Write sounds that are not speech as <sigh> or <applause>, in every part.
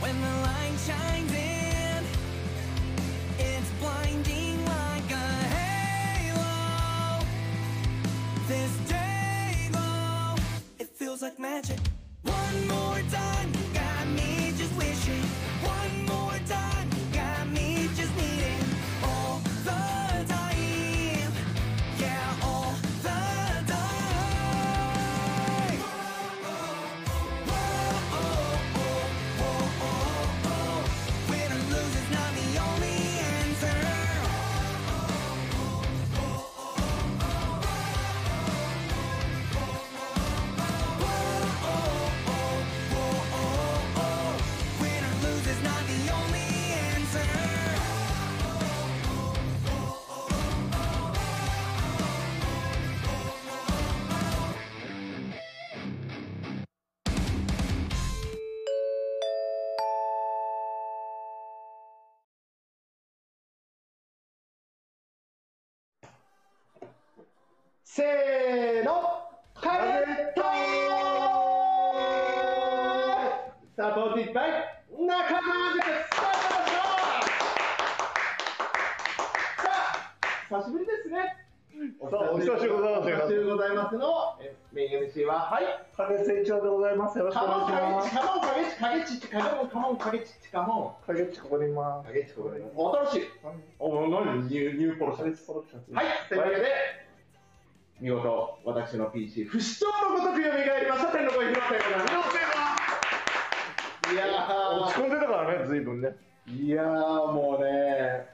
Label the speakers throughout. Speaker 1: the light shines in. It's blinding like a halo. This day glow, it feels like magic. One more time, you got me just wishing. One more time, you got me just needing. All the time, yeah, all the time. Win or lose is not the only answer. Win or lose is not the only answer.
Speaker 2: 「せーのカレントサポーティッドバイ中村塾スタートしさあ久しぶりですね
Speaker 3: さあお久しぶりでございます
Speaker 2: お久しぶりでございますのえメイン MC ははい
Speaker 3: 影成長でございます。よろしく
Speaker 2: カ
Speaker 3: お願
Speaker 2: モンカ
Speaker 3: い
Speaker 2: ゲ
Speaker 3: し
Speaker 2: チカモンカゲチカゲチチカモンカモンカゲチチカモ
Speaker 3: ます。影地ここにいま
Speaker 2: ン
Speaker 3: す。
Speaker 2: カゲチこれ新しい
Speaker 3: お、なにニュー、ニューポロシャツ。
Speaker 2: はい、というわけで、見事、私の PC、不死鳥のごとく蘇りました、天の声広瀬でございます。いやー、
Speaker 3: 落ち込んでたからね、ずいぶんね。
Speaker 2: いやーもうね、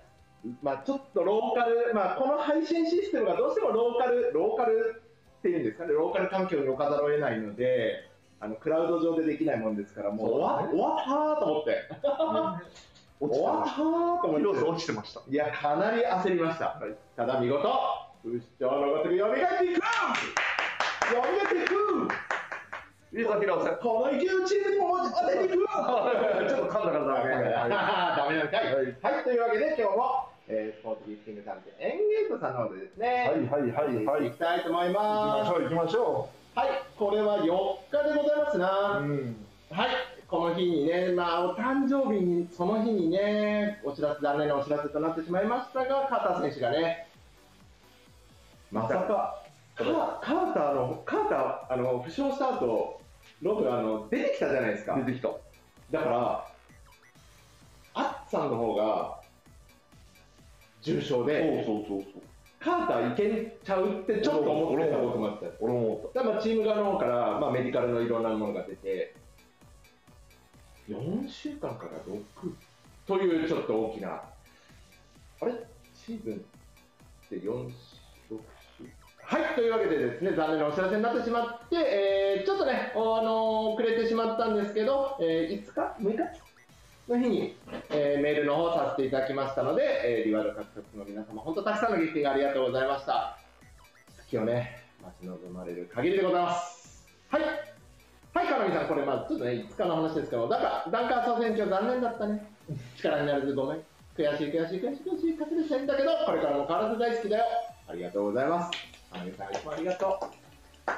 Speaker 2: まあ、ちょっとローカル、まあ、この配信システムがどうしてもローカル、ローカルっていうんですかね、ローカル環境に置かざるを得ないので、あのクラウド上でできないもんですから、もう終わ,、終わったーと思って、終わったーと思って、
Speaker 3: 色落ちてました。
Speaker 2: いや、かなり焦りました。ただ見事、不死鳥のごとく蘇っていく蘇っていく
Speaker 3: いいぞ、平尾さん。
Speaker 2: この勢いをチームにも当てていくちょっ
Speaker 3: ちょっと噛んだからダメ
Speaker 2: ダメなのかい。はい、というわけで今日も、えー、スポーツリフティング探偵エンゲートさんの方でですね、
Speaker 3: はいはいはいはい
Speaker 2: やっていきたいと思い
Speaker 3: 行きまし
Speaker 2: ま
Speaker 3: ょう、行きましょ
Speaker 2: す。はい、これは4日でございます
Speaker 3: う。
Speaker 2: な。
Speaker 3: ん。
Speaker 2: はい、この日にね、まあ、お誕生日に、その日にね、お知らせ、残念なお知らせとなってしまいましたが、カーター選手がね、まさか、カーカーターの、カーター、あの、負傷した後、ロブ、あの、出てきたじゃないですか。
Speaker 3: 出てきた。
Speaker 2: だから、アッツさんの方が、重傷で、
Speaker 3: そうそうそう。
Speaker 2: カーターいけんちゃうってちょっと思ってたこともあった。
Speaker 3: 俺も思っ
Speaker 2: だからまあチーム側の方から、まあ、メディカルのいろんなものが出て、4週間から6というちょっと大きな、あれ、シーズンって4、6週はい、というわけでですね、残念なお知らせになってしまって、えーちょっとね、おあのー遅れてしまったんですけど、えー5日 ?6 日の日に、えーメールの方させていただきましたので、えーリワード獲得の皆様、本当たくさんのギフティングありがとうございました。月をね、待ち望まれる限りでございます。はい。はい、カラミさん、これ、まあ、ちょっとね、5日の話ですけど、ダンカダンカー総選挙残念だったね。力になれずごめん。悔しい、悔しい、悔しい、悔しい、勝てる試合だけど、これからも変わらず大好きだよ。ありがとうございます。カラミさん、いつもありがとう。
Speaker 3: た。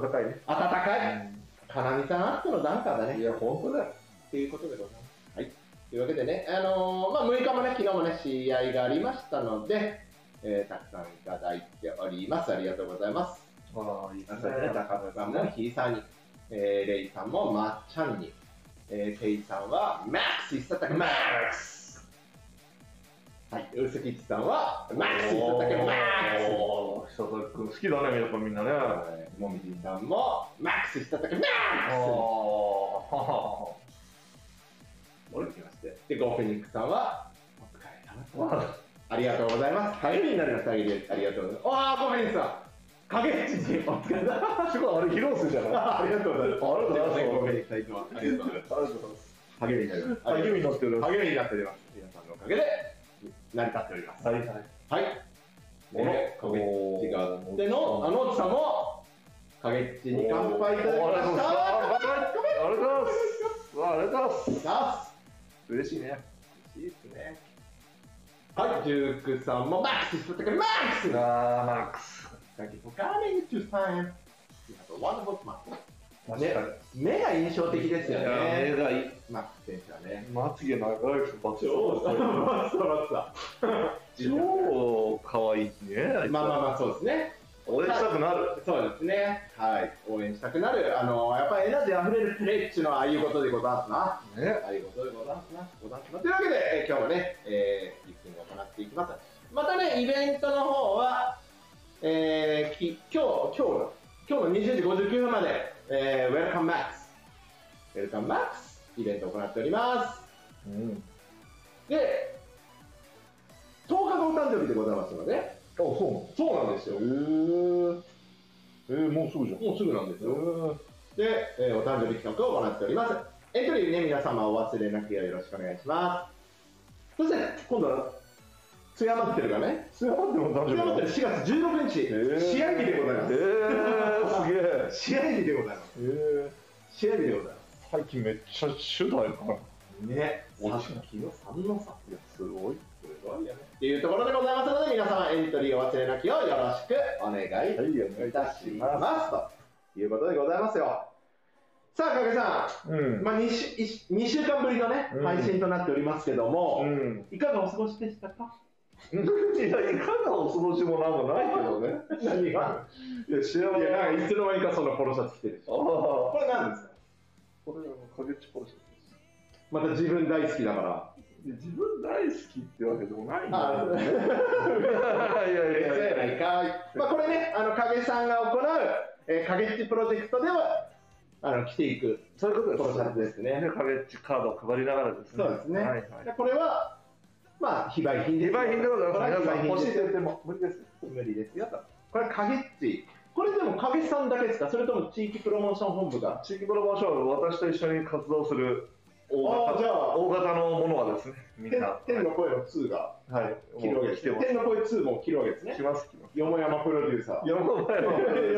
Speaker 3: 暖かいね。
Speaker 2: 温かい。カラミさんあってのダンカーだね。
Speaker 3: いや、本当だよ。
Speaker 2: ということでございます。はい、というわけでね、あのーまあ、6日もね、昨日もね、試合がありましたので、えーたくさんいただいております。ありがとうございます。
Speaker 3: ああ、いい
Speaker 2: 中村さんもひいさんに、えーレイさんもまっちゃんに、えー、ケイさんはマックス一ったけマックスはい、ウスキッチさんはマックス一ったけマック
Speaker 3: おー久田君好きだね、やっぱみんなね。
Speaker 2: スはいもみじさんもマックス一ったけマック
Speaker 3: あ
Speaker 2: スおりまして、で、ゴーフェニックさんは、お疲れ様でした
Speaker 3: あ。
Speaker 2: ありがとうございます。励みになります。励みにありがとうございます。わあ、ごめんさん。影口にお疲れ様。
Speaker 3: すごい、あれ、広瀬じゃないあ
Speaker 2: ありがとうございます。
Speaker 3: ありがとうございます
Speaker 2: ごめんなさい。いつもありがとうございま
Speaker 3: りがとうございます。
Speaker 2: す。励みになります。
Speaker 3: 励みになってる。
Speaker 2: 励みになっております。皆さんのおかげで成り立っております。
Speaker 3: はいはい。
Speaker 2: はい。
Speaker 3: お
Speaker 2: ね、
Speaker 3: お
Speaker 2: 影っちがでの、あの奥さんも、影っちに乾杯いただきました。
Speaker 3: ありがとうございます。わあ、ありがとうございます。
Speaker 2: さす
Speaker 3: 嬉しいね。
Speaker 2: いいですね。はい、ジュークさんも、マックス取ってくれ、マックス
Speaker 3: ああ、マックス。
Speaker 2: Thank you for coming to time. You have a wonderful time.
Speaker 3: 確か
Speaker 2: 目が印象的ですよね。
Speaker 3: に。
Speaker 2: マックス選手は
Speaker 3: まつげ長い人バツ
Speaker 2: そうそう、バツだ、バツだ。
Speaker 3: 超可愛いね。
Speaker 2: まあまあまあ、そうですね。
Speaker 3: 応援したくなる。
Speaker 2: そうですね。はい。応援したくなる、あの、やっぱりエナジー溢れるプレーっていうのは、ああいうことでございますな。
Speaker 3: ね。
Speaker 2: ありがとうございますな。ございますなというわけで、えー今日もね、えー、リフティングを行っていきます。またね、イベントの方は、えー、き今日、今日の、今日の20時59分まで、えー、ウェルカムマックス、ウェルカムマックス、イベントを行っております。
Speaker 3: うん。
Speaker 2: で、10日がお誕生日でございますので、
Speaker 3: あ、そ
Speaker 2: そうなんですよ。
Speaker 3: うなの。ええ。ええ、もうすぐじゃん。
Speaker 2: もうすぐなんですよ。
Speaker 3: え
Speaker 2: で、えーお誕生日企画を行っております。エントリーね、皆様お忘れなくよろしくお願いします。そして、今度は、津山ってるがね、
Speaker 3: え。強まっても
Speaker 2: 津山
Speaker 3: 大丈
Speaker 2: って
Speaker 3: 夫
Speaker 2: る。4月16日、
Speaker 3: えー
Speaker 2: 試合日でございます。
Speaker 3: ええ、すげえ。
Speaker 2: 試合日でございます。
Speaker 3: ええ。
Speaker 2: 試合日でございま
Speaker 3: 最近めっちゃ主題かな。
Speaker 2: す。ね、
Speaker 3: 落
Speaker 2: さ
Speaker 3: ち
Speaker 2: っきの3の差。
Speaker 3: いや、すごい。
Speaker 2: すごいよね。っていうところでございますので、皆様エントリーお忘れなきようよろしくお願いいたし
Speaker 3: はい、お願いいた
Speaker 2: ます。
Speaker 3: しま
Speaker 2: ということでございますよ。さあ、影さん。
Speaker 3: す。うん。
Speaker 2: まあ、2, 週一二週間ぶりの、ね
Speaker 3: うん
Speaker 2: 配信となっておりますけども、
Speaker 3: ん。
Speaker 2: いかがお過ごしでしたか
Speaker 3: いや、いかがお過ごしもなんもないけどね。
Speaker 2: 何が
Speaker 3: いや、幸せ。
Speaker 2: いやなんかいつの間にかそのポロシャツ着てる
Speaker 3: ああ。
Speaker 2: これ何ですか
Speaker 3: これ、あの、影チポシャです。
Speaker 2: また自分大好きだから
Speaker 3: いや自分大好きってわけでもないんだ
Speaker 2: あ
Speaker 3: よね。いやい
Speaker 2: え
Speaker 3: やいや。
Speaker 2: ないかい、まあ、これねあの影さんが行う、えー、影っちプロジェクトではあの着ていく
Speaker 3: そういうこと
Speaker 2: ポロシャツ
Speaker 3: で
Speaker 2: です
Speaker 3: すね。
Speaker 2: ね
Speaker 3: 影っちカードを配りながらです
Speaker 2: そ
Speaker 3: ね。
Speaker 2: うですね
Speaker 3: はいはい。
Speaker 2: でこれはまあ非売品です
Speaker 3: 非売品でございます。皆さん
Speaker 2: これは非売
Speaker 3: 欲
Speaker 2: 品で
Speaker 3: しい
Speaker 2: す
Speaker 3: と言っても無理です。
Speaker 2: 無理ですよとこれ影っちこれでも影さんだけですかそれとも地域プロモーション本部が
Speaker 3: 地域プロモーションは私と一緒に活動する大
Speaker 2: ああじ
Speaker 3: 型
Speaker 2: ゃあ
Speaker 3: 大型のものはですね、みん
Speaker 2: 天
Speaker 3: な。
Speaker 2: 天の声の2が
Speaker 3: はい。
Speaker 2: 切るわけ
Speaker 3: もう
Speaker 2: で
Speaker 3: 来
Speaker 2: す
Speaker 3: て
Speaker 2: ね。
Speaker 3: ます。
Speaker 2: 天の声2も切るわけですね
Speaker 3: 来。ます、来ます。
Speaker 2: よもやまプロデューサー。
Speaker 3: 山本前
Speaker 2: よ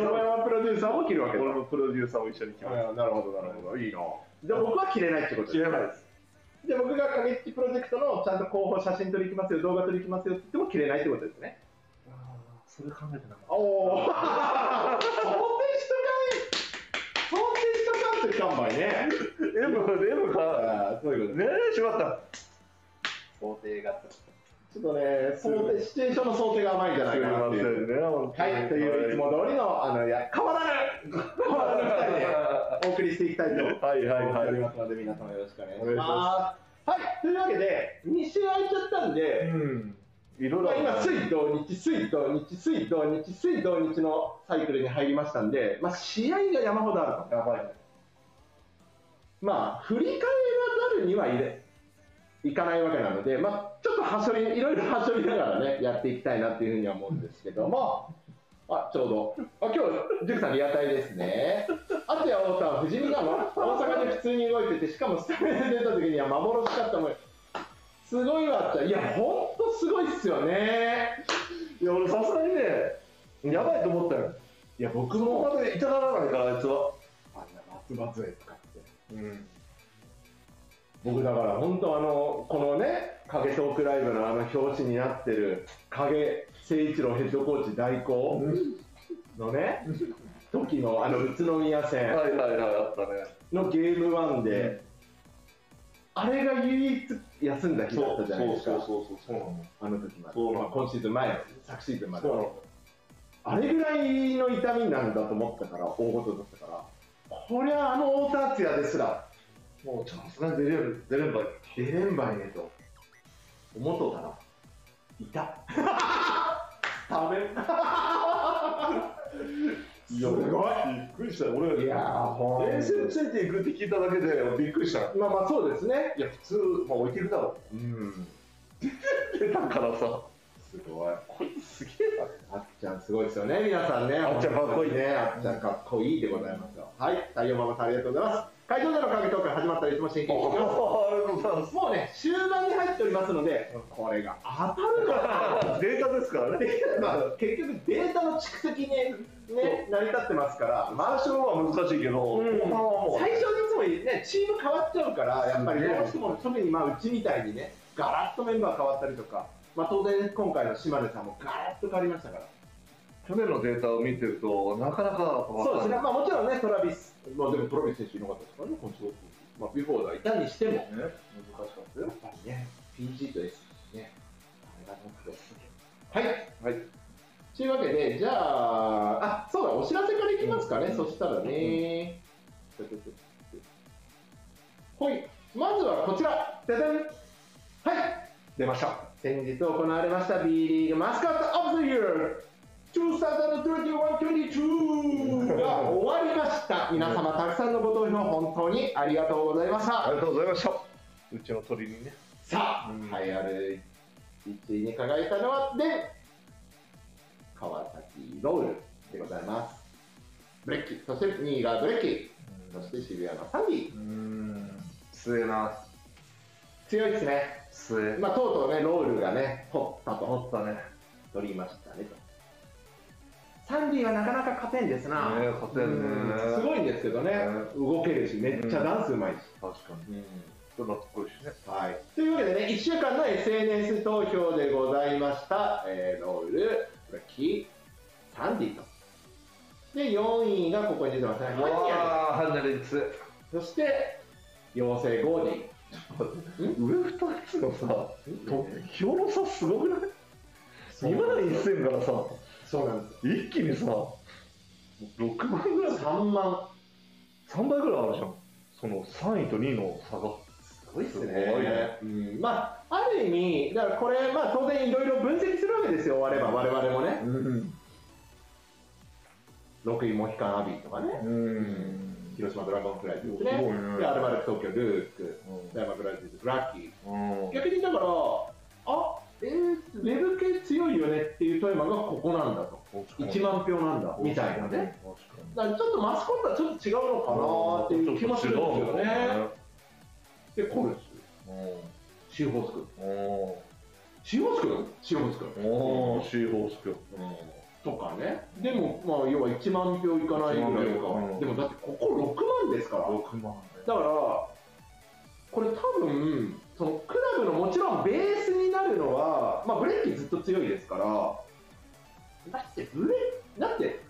Speaker 2: も
Speaker 3: の
Speaker 2: やまプロデューサーも切るわけ
Speaker 3: 俺のプロデューサーも一緒に来
Speaker 2: だ。
Speaker 3: ま
Speaker 2: ああなるほど、なるほど。いいな。じゃあ僕は切れないってこと
Speaker 3: す。
Speaker 2: ですね
Speaker 3: 知らないです。
Speaker 2: じゃあ僕が影っちプロジェクトのちゃんと候補写真撮り行きますよ、動画撮り行きますよって言っても切れないってことですね。
Speaker 3: それ考えてなかっ
Speaker 2: おお。そんな人かい。そんな人かんって看板ね。
Speaker 3: た。M、M か。
Speaker 2: ああ、そういうこと
Speaker 3: ねえ、しまった。
Speaker 2: 想定が。ちょっとね、想定、シチュエーションの想定が甘いんじゃな
Speaker 3: す
Speaker 2: い
Speaker 3: み
Speaker 2: かな
Speaker 3: ま
Speaker 2: って
Speaker 3: せ
Speaker 2: いうん
Speaker 3: ね。
Speaker 2: はい、といういつも通りの、あの、いや、変わらない変わらない二人で
Speaker 3: は
Speaker 2: お送りしていきたいと思って
Speaker 3: いはいは
Speaker 2: おり
Speaker 3: い。
Speaker 2: ますので、皆様よろしくお願い
Speaker 3: お願
Speaker 2: し
Speaker 3: いし
Speaker 2: ま。
Speaker 3: ます
Speaker 2: はい、というわけで、2週空いちゃったんで、
Speaker 3: うん。いろい
Speaker 2: まあ
Speaker 3: ろ。
Speaker 2: 今、水土日、水土日、水土日、水土日のサイクルに入りましたんで、まあ、試合が山ほどあると。
Speaker 3: やばいね。
Speaker 2: まあ、振り返らざるにはいれいかないわけなので、まあ、ちょっとはしょり、いろいろはしょりながらね、やっていきたいなっていうふうには思うんですけども、あ、ちょうど。あ、今日、塾さんリアタイですね。あとや太田は不死身なの大阪で普通に動いてて、しかもスタメンで出た時には幻かったもん。すごいわって。いや、ほんとすごいっすよね。
Speaker 3: いや、俺さすがにね、やばいと思ったよ。
Speaker 2: いや、僕
Speaker 3: その場でいただらないから、あいつは。
Speaker 2: あんな松葉杖使って。
Speaker 3: うん。
Speaker 2: 僕だから本当あのこのね影トークライブのあの表紙になってる影誠一郎ヘッドコーチ代行のね時のあの宇都宮戦
Speaker 3: はいはいはい、あったね。
Speaker 2: のゲーム1であれが唯一休んだ日だったじゃないです
Speaker 3: そう
Speaker 2: か
Speaker 3: そうそうそうなの。
Speaker 2: あの時まで、
Speaker 3: そう
Speaker 2: まあ、今シーズン前の昨シーズンまで
Speaker 3: そうなの。
Speaker 2: あれぐらいの痛みなんだと思ったから大事だったからこりゃあの太田敦也ですら
Speaker 3: もう、ちゃんと出れる、出れんばい。
Speaker 2: 出れんばいねと思っとったらいたダメすごい
Speaker 3: びっくりしたよ俺
Speaker 2: いやーほん
Speaker 3: 練習ついていくって聞いただけでびっくりした
Speaker 2: まあまあそうですね
Speaker 3: いや普通まあ置いてるだろ
Speaker 2: うん
Speaker 3: う出たからさ
Speaker 2: すごい
Speaker 3: こいつすげえ
Speaker 2: あっちゃんすごいですよね皆さんね
Speaker 3: あっちゃんかっこいい
Speaker 2: ねあっちゃんかっこいいでございますよはい太陽ママさんありがとうございます会場での影トーク始まったらいつも真剣に聞きますもうね終盤に入っておりますのでこれが当たるのかな
Speaker 3: データですからね
Speaker 2: <laughs> まあ結局データの蓄積にね成り立ってますから
Speaker 3: 最初は難しいけど後
Speaker 2: うん
Speaker 3: 半はもう
Speaker 2: 最初にいつもねチーム変わっちゃうからやっぱりどうしても特にまあうちみたいにねガラッとメンバー変わったりとか、まあ、当然今回の島根さんもガラッと変わりましたから
Speaker 3: 去年のデータを見てるとなかなかわ
Speaker 2: そう
Speaker 3: か
Speaker 2: です
Speaker 3: ん
Speaker 2: ね、
Speaker 3: ない
Speaker 2: まあ、もちろんねトラビス、まあ、でもトラビス選手いなかったですからね今週まあビフォーがいたにしても
Speaker 3: ね難し
Speaker 2: ね、PG と S ね、あれが僕です。はい、はい。というわけで、じゃあ、あ、そうだ、お知らせからいきますかね、そしたらね。はい、まずはこちら、じゃじゃん。はい、出ました。先日行われました B リーグマスカット・オブ・ザ・イヤー2021-22が終わりました。皆様、たくさんのご投票、本当にありがとうございました。
Speaker 3: ありがとうございました。うちの鳥にね。
Speaker 2: さあ、
Speaker 3: うん
Speaker 2: 栄えある1位に輝いたのは、で、川崎ロールでございます。ブレッキー、そして2位がブレッキー、そして渋谷のサンディ。
Speaker 3: うん。強えな。
Speaker 2: 強いですね。
Speaker 3: 強え。
Speaker 2: まあ、とうとうね、ロールがね、取ったと、
Speaker 3: 思ったね。ね
Speaker 2: 取りましたねと。サンディはなかなか勝てんですな。
Speaker 3: え、勝てんね。
Speaker 2: うんすごいんですけどね、動けるし、めっちゃダンスうまいし。
Speaker 3: 確かに。ちょっとかっこいいしね。
Speaker 2: はい、というわけでね、1週間の SNS 投票でございました、えーロール、ラッキー、サンディと。で、4位がここに出てますね、
Speaker 3: う
Speaker 2: マニア
Speaker 3: わー、ハンナリン強え。
Speaker 2: そして、妖精ゴーディ。
Speaker 3: 上二つのさ、とひょろさすごくない2万1000からさ、
Speaker 2: そうなんです
Speaker 3: 一気にさ、6万ぐらい
Speaker 2: よ。、3万。
Speaker 3: 3倍ぐらいあるじゃん。その3位と2位の差が。
Speaker 2: すごいっすね。
Speaker 3: すごいね
Speaker 2: うん、まあ、ある意味、だからこれ、まあ当然いろいろ分析するわけですよ、終われば、我々もね。
Speaker 3: うん。
Speaker 2: 6位モヒカンアビーとかね、
Speaker 3: うん。
Speaker 2: 広島ドラゴンフライズです
Speaker 3: すご
Speaker 2: ね。
Speaker 3: いね
Speaker 2: で、アルバルク東京、ルーク、ダイヤモンドライズ、ラッキー。
Speaker 3: うん。
Speaker 2: 逆にだから、あえー、ウェブ系強いよねっていう富山がここなんだと、1万票なんだみたいなね、。だからちょっとマスコットはちょっと違うのかなーっていう気もするんですよね。で、コルス、シーホース君、
Speaker 3: お
Speaker 2: シーホース君、シーホース君、
Speaker 3: ーおー、シーホースク
Speaker 2: とかね、でも、まあ、要は1万票いかないぐらい
Speaker 3: 1万票
Speaker 2: か、でもだってここ6万ですから、だ
Speaker 3: 6万。
Speaker 2: から、これ多分そのクラブのもちろんベースになるのは、まあ、ブレッキーずっと強いですからだってブレだって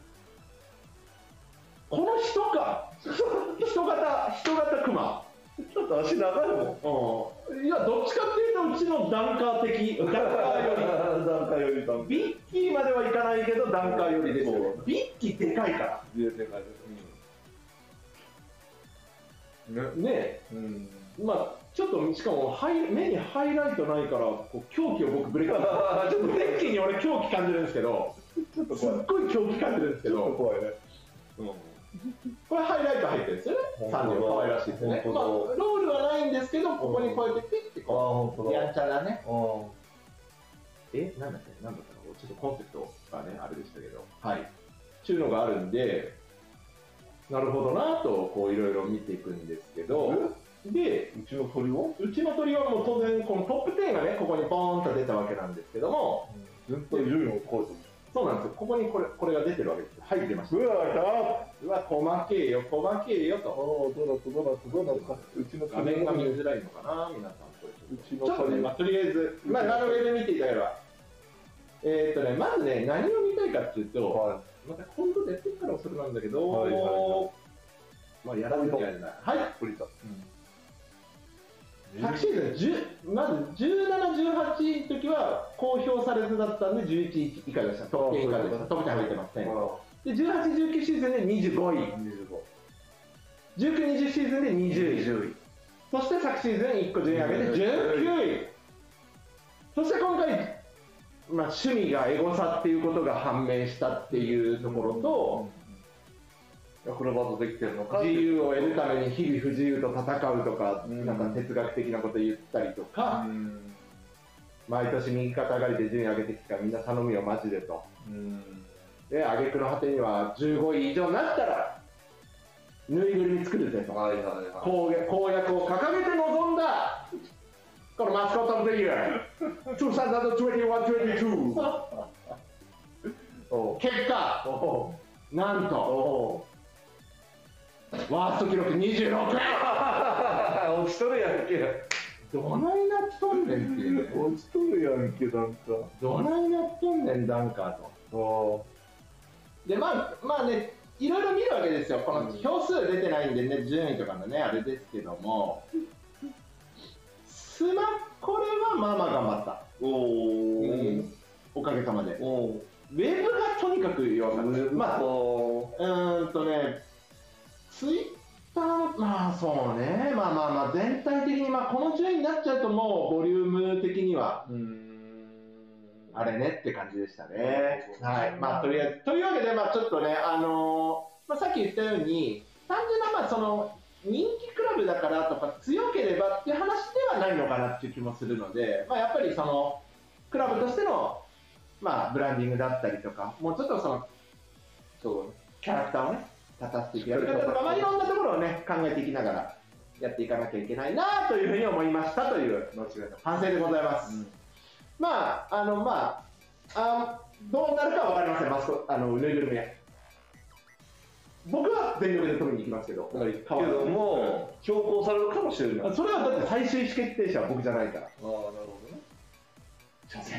Speaker 2: この人か <laughs> 人型人型クマ
Speaker 3: ちょっと足長いもん。
Speaker 2: うんいやどっちかっていうとうちのダンカー
Speaker 3: <laughs>
Speaker 2: 的ダンカーより
Speaker 3: 段階より段
Speaker 2: ビッキーまではいかないけどダンカーよりですよ
Speaker 3: そう
Speaker 2: ビッキーでかいから
Speaker 3: ね。
Speaker 2: ねえ
Speaker 3: うん。
Speaker 2: まあちょっとしかもハイ目にハイライトないからこう狂気を僕ブレッキー
Speaker 3: <laughs> ちょっ
Speaker 2: ブレッキーに俺狂気感じるんですけど
Speaker 3: と、ちょっと
Speaker 2: すっ
Speaker 3: 怖い。
Speaker 2: ごい狂気感じるんですけ
Speaker 3: ちょっと
Speaker 2: ど
Speaker 3: 怖いね。
Speaker 2: これハイライト入ってるんですよね
Speaker 3: 本当だ
Speaker 2: サンデー可愛らしいですよね、まあ、
Speaker 3: 本当
Speaker 2: ロールはないんですけどここにこうやってピッて
Speaker 3: ああ、
Speaker 2: こ
Speaker 3: ほん
Speaker 2: う
Speaker 3: とだ。
Speaker 2: やんちゃだね
Speaker 3: うん。
Speaker 2: えなんだっけなんだったのちょっとコンセプトがねあれでしたけどはいっていうのがあるんでなるほどなとこういろいろ見ていくんですけどで
Speaker 3: うちの鳥を
Speaker 2: うちの鳥はもう当然このトップ10がねここにポーンと出たわけなんですけども
Speaker 3: ずっと順位を超
Speaker 2: そうなんですよ。ここにこれ、これが出てるわけですよ。はい、出まし
Speaker 3: えてる。うわ、
Speaker 2: た。うわ、細けえよ、細けえよと。
Speaker 3: おどうだったどうだったどうだったうちの
Speaker 2: 画面が見づらいのかな、皆さん。これ
Speaker 3: うち
Speaker 2: ち
Speaker 3: の
Speaker 2: ょっとちょっとね、まあ、とりあえず、まあ、あのウェブ見ていただければ。えーっとね、まずね、何を見たいかっていうと、
Speaker 3: は
Speaker 2: また今度やってるからそれなんだけど、
Speaker 3: はいはいは
Speaker 2: まあ、やらないとやれない。はい
Speaker 3: い。。プリタ。
Speaker 2: 昨シーズン、10まず17、18の時は公表されずだったんで、11以下でした。トップ10以下でした。トップ10入ってません。で、18、19シーズンで25位。19、20シーズンで20位、
Speaker 3: 20位。
Speaker 2: そして昨シーズン1個順位上げて19位、そして今回、まあ、趣味がエゴサっていうことが判明したっていうところと、
Speaker 3: アクロバートできてるのか。
Speaker 2: 自由を得るために日々不自由と戦うとか、
Speaker 3: うん
Speaker 2: なんか哲学的なこと言ったりとか、
Speaker 3: うん。
Speaker 2: 毎年右肩上がりで順位上げてきたから、みんな頼むよ、マジでと。
Speaker 3: うん。
Speaker 2: で、挙句の果てには15位以上になったら、ぬいぐるみ作るぜと。
Speaker 3: はいはいは
Speaker 2: 公約公約を掲げて臨んだこのマスコット・オブ・ザ・イヤー2021-22
Speaker 3: い。お
Speaker 2: 結果
Speaker 3: お
Speaker 2: なんと
Speaker 3: お
Speaker 2: ワースト記録26
Speaker 3: <laughs> 落ちとるやんけ。
Speaker 2: どないなっとんねんっていうね
Speaker 3: 落ちとるやんけ、なんか。
Speaker 2: どないなっとんねんダンカーと
Speaker 3: お
Speaker 2: でまあまあねいろいろ見るわけですよこの票数出てないんでね順位とかのねあれですけどもスマコかげさまで。
Speaker 3: おう
Speaker 2: ウェブがとにかく弱かった。まあ、う
Speaker 3: おう
Speaker 2: ーんとね、ツイッター、まあそうね、まあまあまあ、全体的に、まあこの順位になっちゃうともう、ボリューム的には、
Speaker 3: うーん
Speaker 2: あれねって感じでしたね。
Speaker 3: うん
Speaker 2: はい。まあとりあえず、というわけで、まあちょっとね、あのーまあさっき言ったように、単純な、まあその、人気クラブだからとか強ければって話ではないのかなっていう気もするので、まあやっぱりその、クラブとしての、まあブランディングだったりとか、もうちょっとその、そう、キャラクターをね、立たせていくやり方とか、まあいろんなところをね、考えていきながら、やっていかなきゃいけないなというふうに思いましたという、後ほど反省でございます。まあ、あの、まあ、あどうなるかは分かりません、マスコあのぬいぐるみは僕は全力で取りに行きますけど、
Speaker 3: けども強行されるかもしれないああなる
Speaker 2: それはだって最終意思決定者は僕じゃないから、
Speaker 3: ほどね
Speaker 2: 所詮、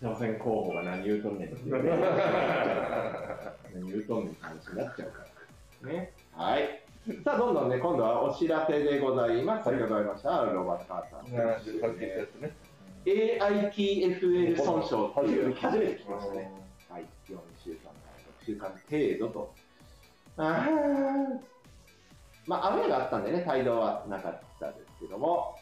Speaker 2: 所詮候補が何言うとんねんっていう <laughs> ね何言うとんねんって話になっちゃうから、ね。はいさあ、どんどんね、今度はお知らせでございます。ありがとうございました。ロバート・カーター
Speaker 3: 話をさっき言ったやつね
Speaker 2: AITFL 損傷っていう初めて聞きましたね。
Speaker 3: ね
Speaker 2: はい、4週間から6週間程度と。あーまあ、雨があったんでね、帯同はなかったですけども、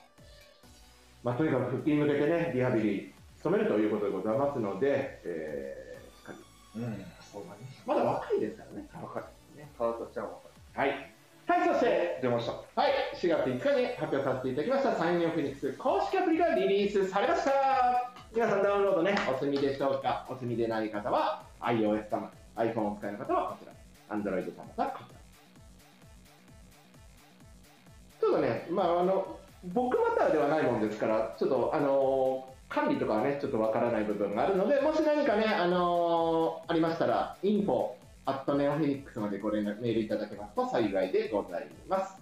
Speaker 2: まあ、とにかく復帰に向けてね、リハビリ、努めるということでございますので、えーしっかり
Speaker 3: うんそんなに
Speaker 2: まだ若いですからね。
Speaker 3: 若いね川田ちゃんは若
Speaker 2: はい。はい、そして、
Speaker 3: い出ました
Speaker 2: はい、4月5日に発表させていただきましたサインオフェニックス公式アプリがリリースされました皆さんダウンロードね、お済みでしょうかお済みでない方は iOS 様、iPhone をお使いの方はこちら、Android 様はこちら。ちょっとね、まああの、僕またではないもんですから、ちょっとあの管理とかはね、ちょっとわからない部分があるので、もし何かね、あのありましたら、info、アットネオフェニックスまでご連絡、メールいただけますと幸いでございます。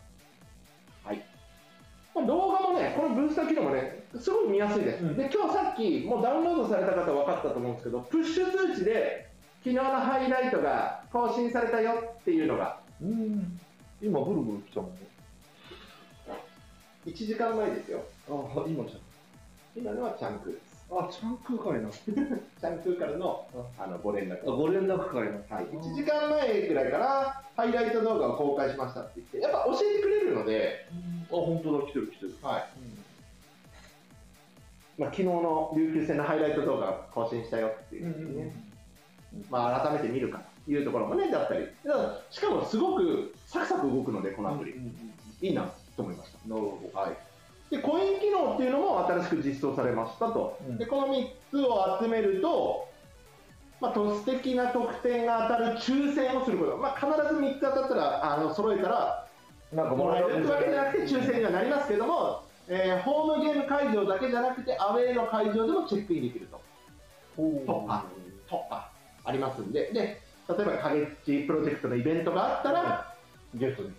Speaker 2: まあ動画もね、このブースター機能もね、すごい見やすいです。
Speaker 3: うん
Speaker 2: で、今日さっき、もうダウンロードされた方分かったと思うんですけど、プッシュ通知で、昨日のハイライトが更新されたよっていうのが、
Speaker 3: うん今ぐるぐる来たもんね
Speaker 2: 1時間前ですよ。
Speaker 3: あ今じ
Speaker 2: 今のはチャンクです。
Speaker 3: ゃんあちゃん空海
Speaker 2: <laughs>
Speaker 3: な
Speaker 2: チャンクからのあのご連絡。
Speaker 3: ご連絡会な
Speaker 2: はい、1時間前くらいからハイライト動画を公開しましたって言って、やっぱ教えてくれるので、
Speaker 3: あ本当だ来てる来てる
Speaker 2: はいまあ、昨日の琉球戦のハイライト動画を更新したよっていう、ねまあ、改めて見るかというところもね、だったり、だからしかもすごくサクサク動くので、このアプリ、いいなと思いまし
Speaker 3: なるほ
Speaker 2: た。はいでコイン機能っていうのも新しく実装されましたと、
Speaker 3: うん
Speaker 2: でこの3つを集めると、まあ、トス的な得点が当たる抽選をすること、まあ、必ず3つ当たったらあの揃えたら
Speaker 3: どなんか
Speaker 2: も
Speaker 3: も
Speaker 2: ら
Speaker 3: ら
Speaker 2: え
Speaker 3: え
Speaker 2: るっ
Speaker 3: る
Speaker 2: てわけじゃなくて抽選にはなりますけども、えーホームゲーム会場だけじゃなくてアウェーの会場でもチェックインできると
Speaker 3: と
Speaker 2: あとかありますんで、で例えば影地プロジェクトのイベントがあったら、
Speaker 3: ゲットでき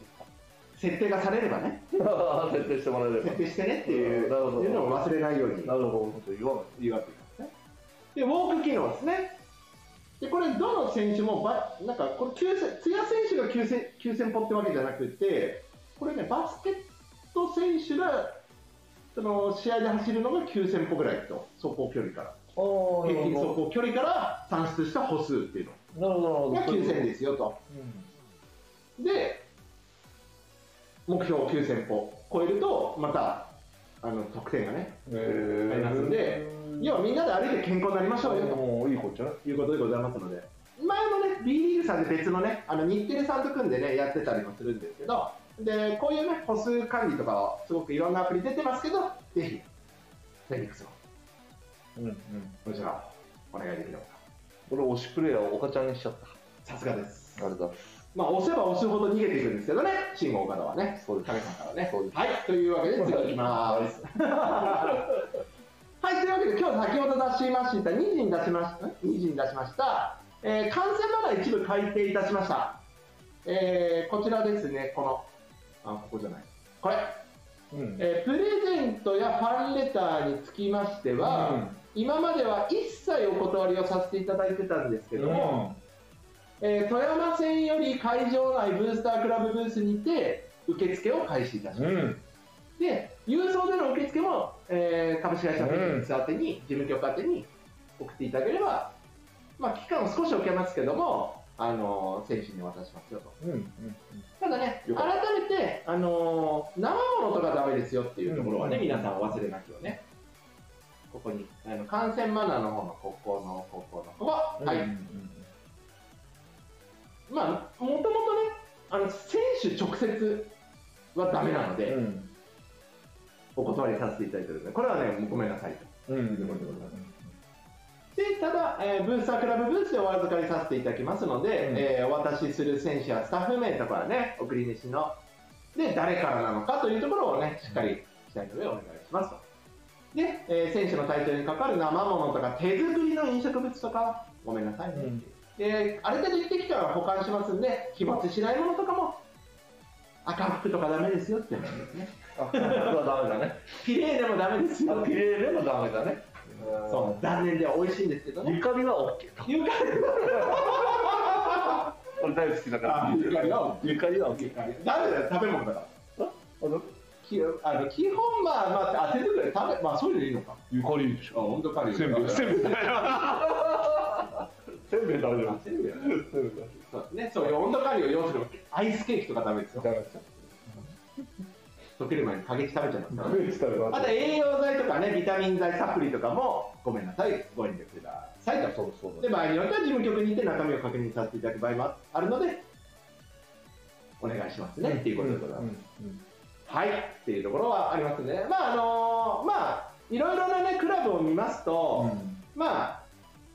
Speaker 2: 設定がされればね、
Speaker 3: た設定してもらえれば
Speaker 2: 設定してねっていう
Speaker 3: なるほど
Speaker 2: いうのを忘れないように
Speaker 3: なるほど言わない
Speaker 2: 言われてますね。で、ウォーク機能ですね。で、これ、どの選手もば、なんか、これ急戦、津屋選手が急戦急戦歩ってわけじゃなくて、これね、バスケット選手が、その試合で走るのが9000歩ぐらいと、走行距離から、
Speaker 3: あ
Speaker 2: 平均走行距離から算出した歩数っていう
Speaker 3: なるほど
Speaker 2: の
Speaker 3: な
Speaker 2: が
Speaker 3: るほど
Speaker 2: 9000ですよと。で、目標9000歩超えると、またあの得点がね、
Speaker 3: へ
Speaker 2: ありますんで、要はみんなで歩いて健康になりましょうよ
Speaker 3: もういいこっちゃね
Speaker 2: ということでございますので、前もね、B リーグさんで別のね、あの日テレさんと組んでね、やってたりもするんですけど、でこういうね、歩数管理とかを、すごくいろんなアプリ出てますけど、ぜひ、フェニックスを、
Speaker 3: うんうん
Speaker 2: こちら、お願いできればと。
Speaker 3: 俺推しプレイヤーを岡ちゃんにしちゃっ
Speaker 2: さすがです。
Speaker 3: たあれだ
Speaker 2: まあ、押せば押すほど逃げていくんですけどね、信号岡田はね。
Speaker 3: そうです
Speaker 2: 神さんからね
Speaker 3: そうです
Speaker 2: はい、というわけで次行きます。はい、というわけで今日先ほど出しました、2時に出しました、ん2時に出しました、えー、感染まだ一部改定いたしました。えー、こちらですね、この、あ、ここじゃない。これ、
Speaker 3: うん
Speaker 2: えープレゼントやファンレターにつきましては、今までは一切お断りをさせていただいてたんですけども、えー富山線より会場内ブースタークラブブースにて受付を開始いたします、
Speaker 3: うん
Speaker 2: で郵送での受付も、えー株式会社フェニックス宛てに、事務局宛てに送っていただければ、まあ、期間を少し置けますけども、あの選手に渡しますよと。
Speaker 3: うんうん
Speaker 2: ただね、
Speaker 3: よ
Speaker 2: 改
Speaker 3: かっ
Speaker 2: めて、あのー生ものとかダメですよっていうところはね、
Speaker 3: うん
Speaker 2: 皆さんお忘れなきをね。ここに、あの、感染マナーの方の、ここの、ここの、ここ、
Speaker 3: うん。
Speaker 2: はい。
Speaker 3: うん
Speaker 2: まあ、もともとね、あの、選手直接はダメなので、
Speaker 3: うん
Speaker 2: お断りさせていただいてるんで、これはね、もうごめんなさいと。
Speaker 3: うん。うん。
Speaker 2: で、ただ、えーブースタークラブブースでお預かりさせていただきますので、
Speaker 3: うん
Speaker 2: えーお渡しする選手やスタッフ名とかはね、送り主の、で、誰からなのかというところをね、しっかり期待の上お願いしますと。で、えー選手のタイトルに関わる生ものとか、手作りの飲食物とか、ごめんなさいね。
Speaker 3: うん
Speaker 2: で、ある程度一定期間は保管しますんで、日持ちしないものとかも、赤服とかダメですよって言うんですね。
Speaker 3: あ、これはダメだね。
Speaker 2: 綺麗でもダメですよ
Speaker 3: あ、
Speaker 2: って
Speaker 3: ピレレもダメだね。
Speaker 2: そう、残念で美味しいんですけどね。
Speaker 3: ゆかりは OK と。
Speaker 2: ゆかり
Speaker 3: 俺大好きだから。
Speaker 2: ゆかりは
Speaker 3: ゆかりは OK。
Speaker 2: なんでだよ、食べ物だから。きあの基本まあまあ、あ手作りで食べ、まあそういうのいいのか。
Speaker 3: ゆかりでし
Speaker 2: あ、。本当カリ
Speaker 3: せんべい。せんべい。せんべい食べる。
Speaker 2: せんべいだね
Speaker 3: せんべい。
Speaker 2: そうですね、そういう温度管理を要するアイスケーキとかダメですよ。
Speaker 3: ダメです
Speaker 2: 溶ける前に過激食べちゃいますからね。
Speaker 3: 食べ
Speaker 2: あと栄養剤とかね、ビタミン剤、サプリとかも、ごめんなさい、ご遠慮くださいと。
Speaker 3: そうそう
Speaker 2: で、場合によっては事務局に行って中身を確認させていただく場合もあるので、お願いしますね、っていうことでございます。はいっていうところはありますね。まああのまあいろいろなねクラブを見ますと、まあ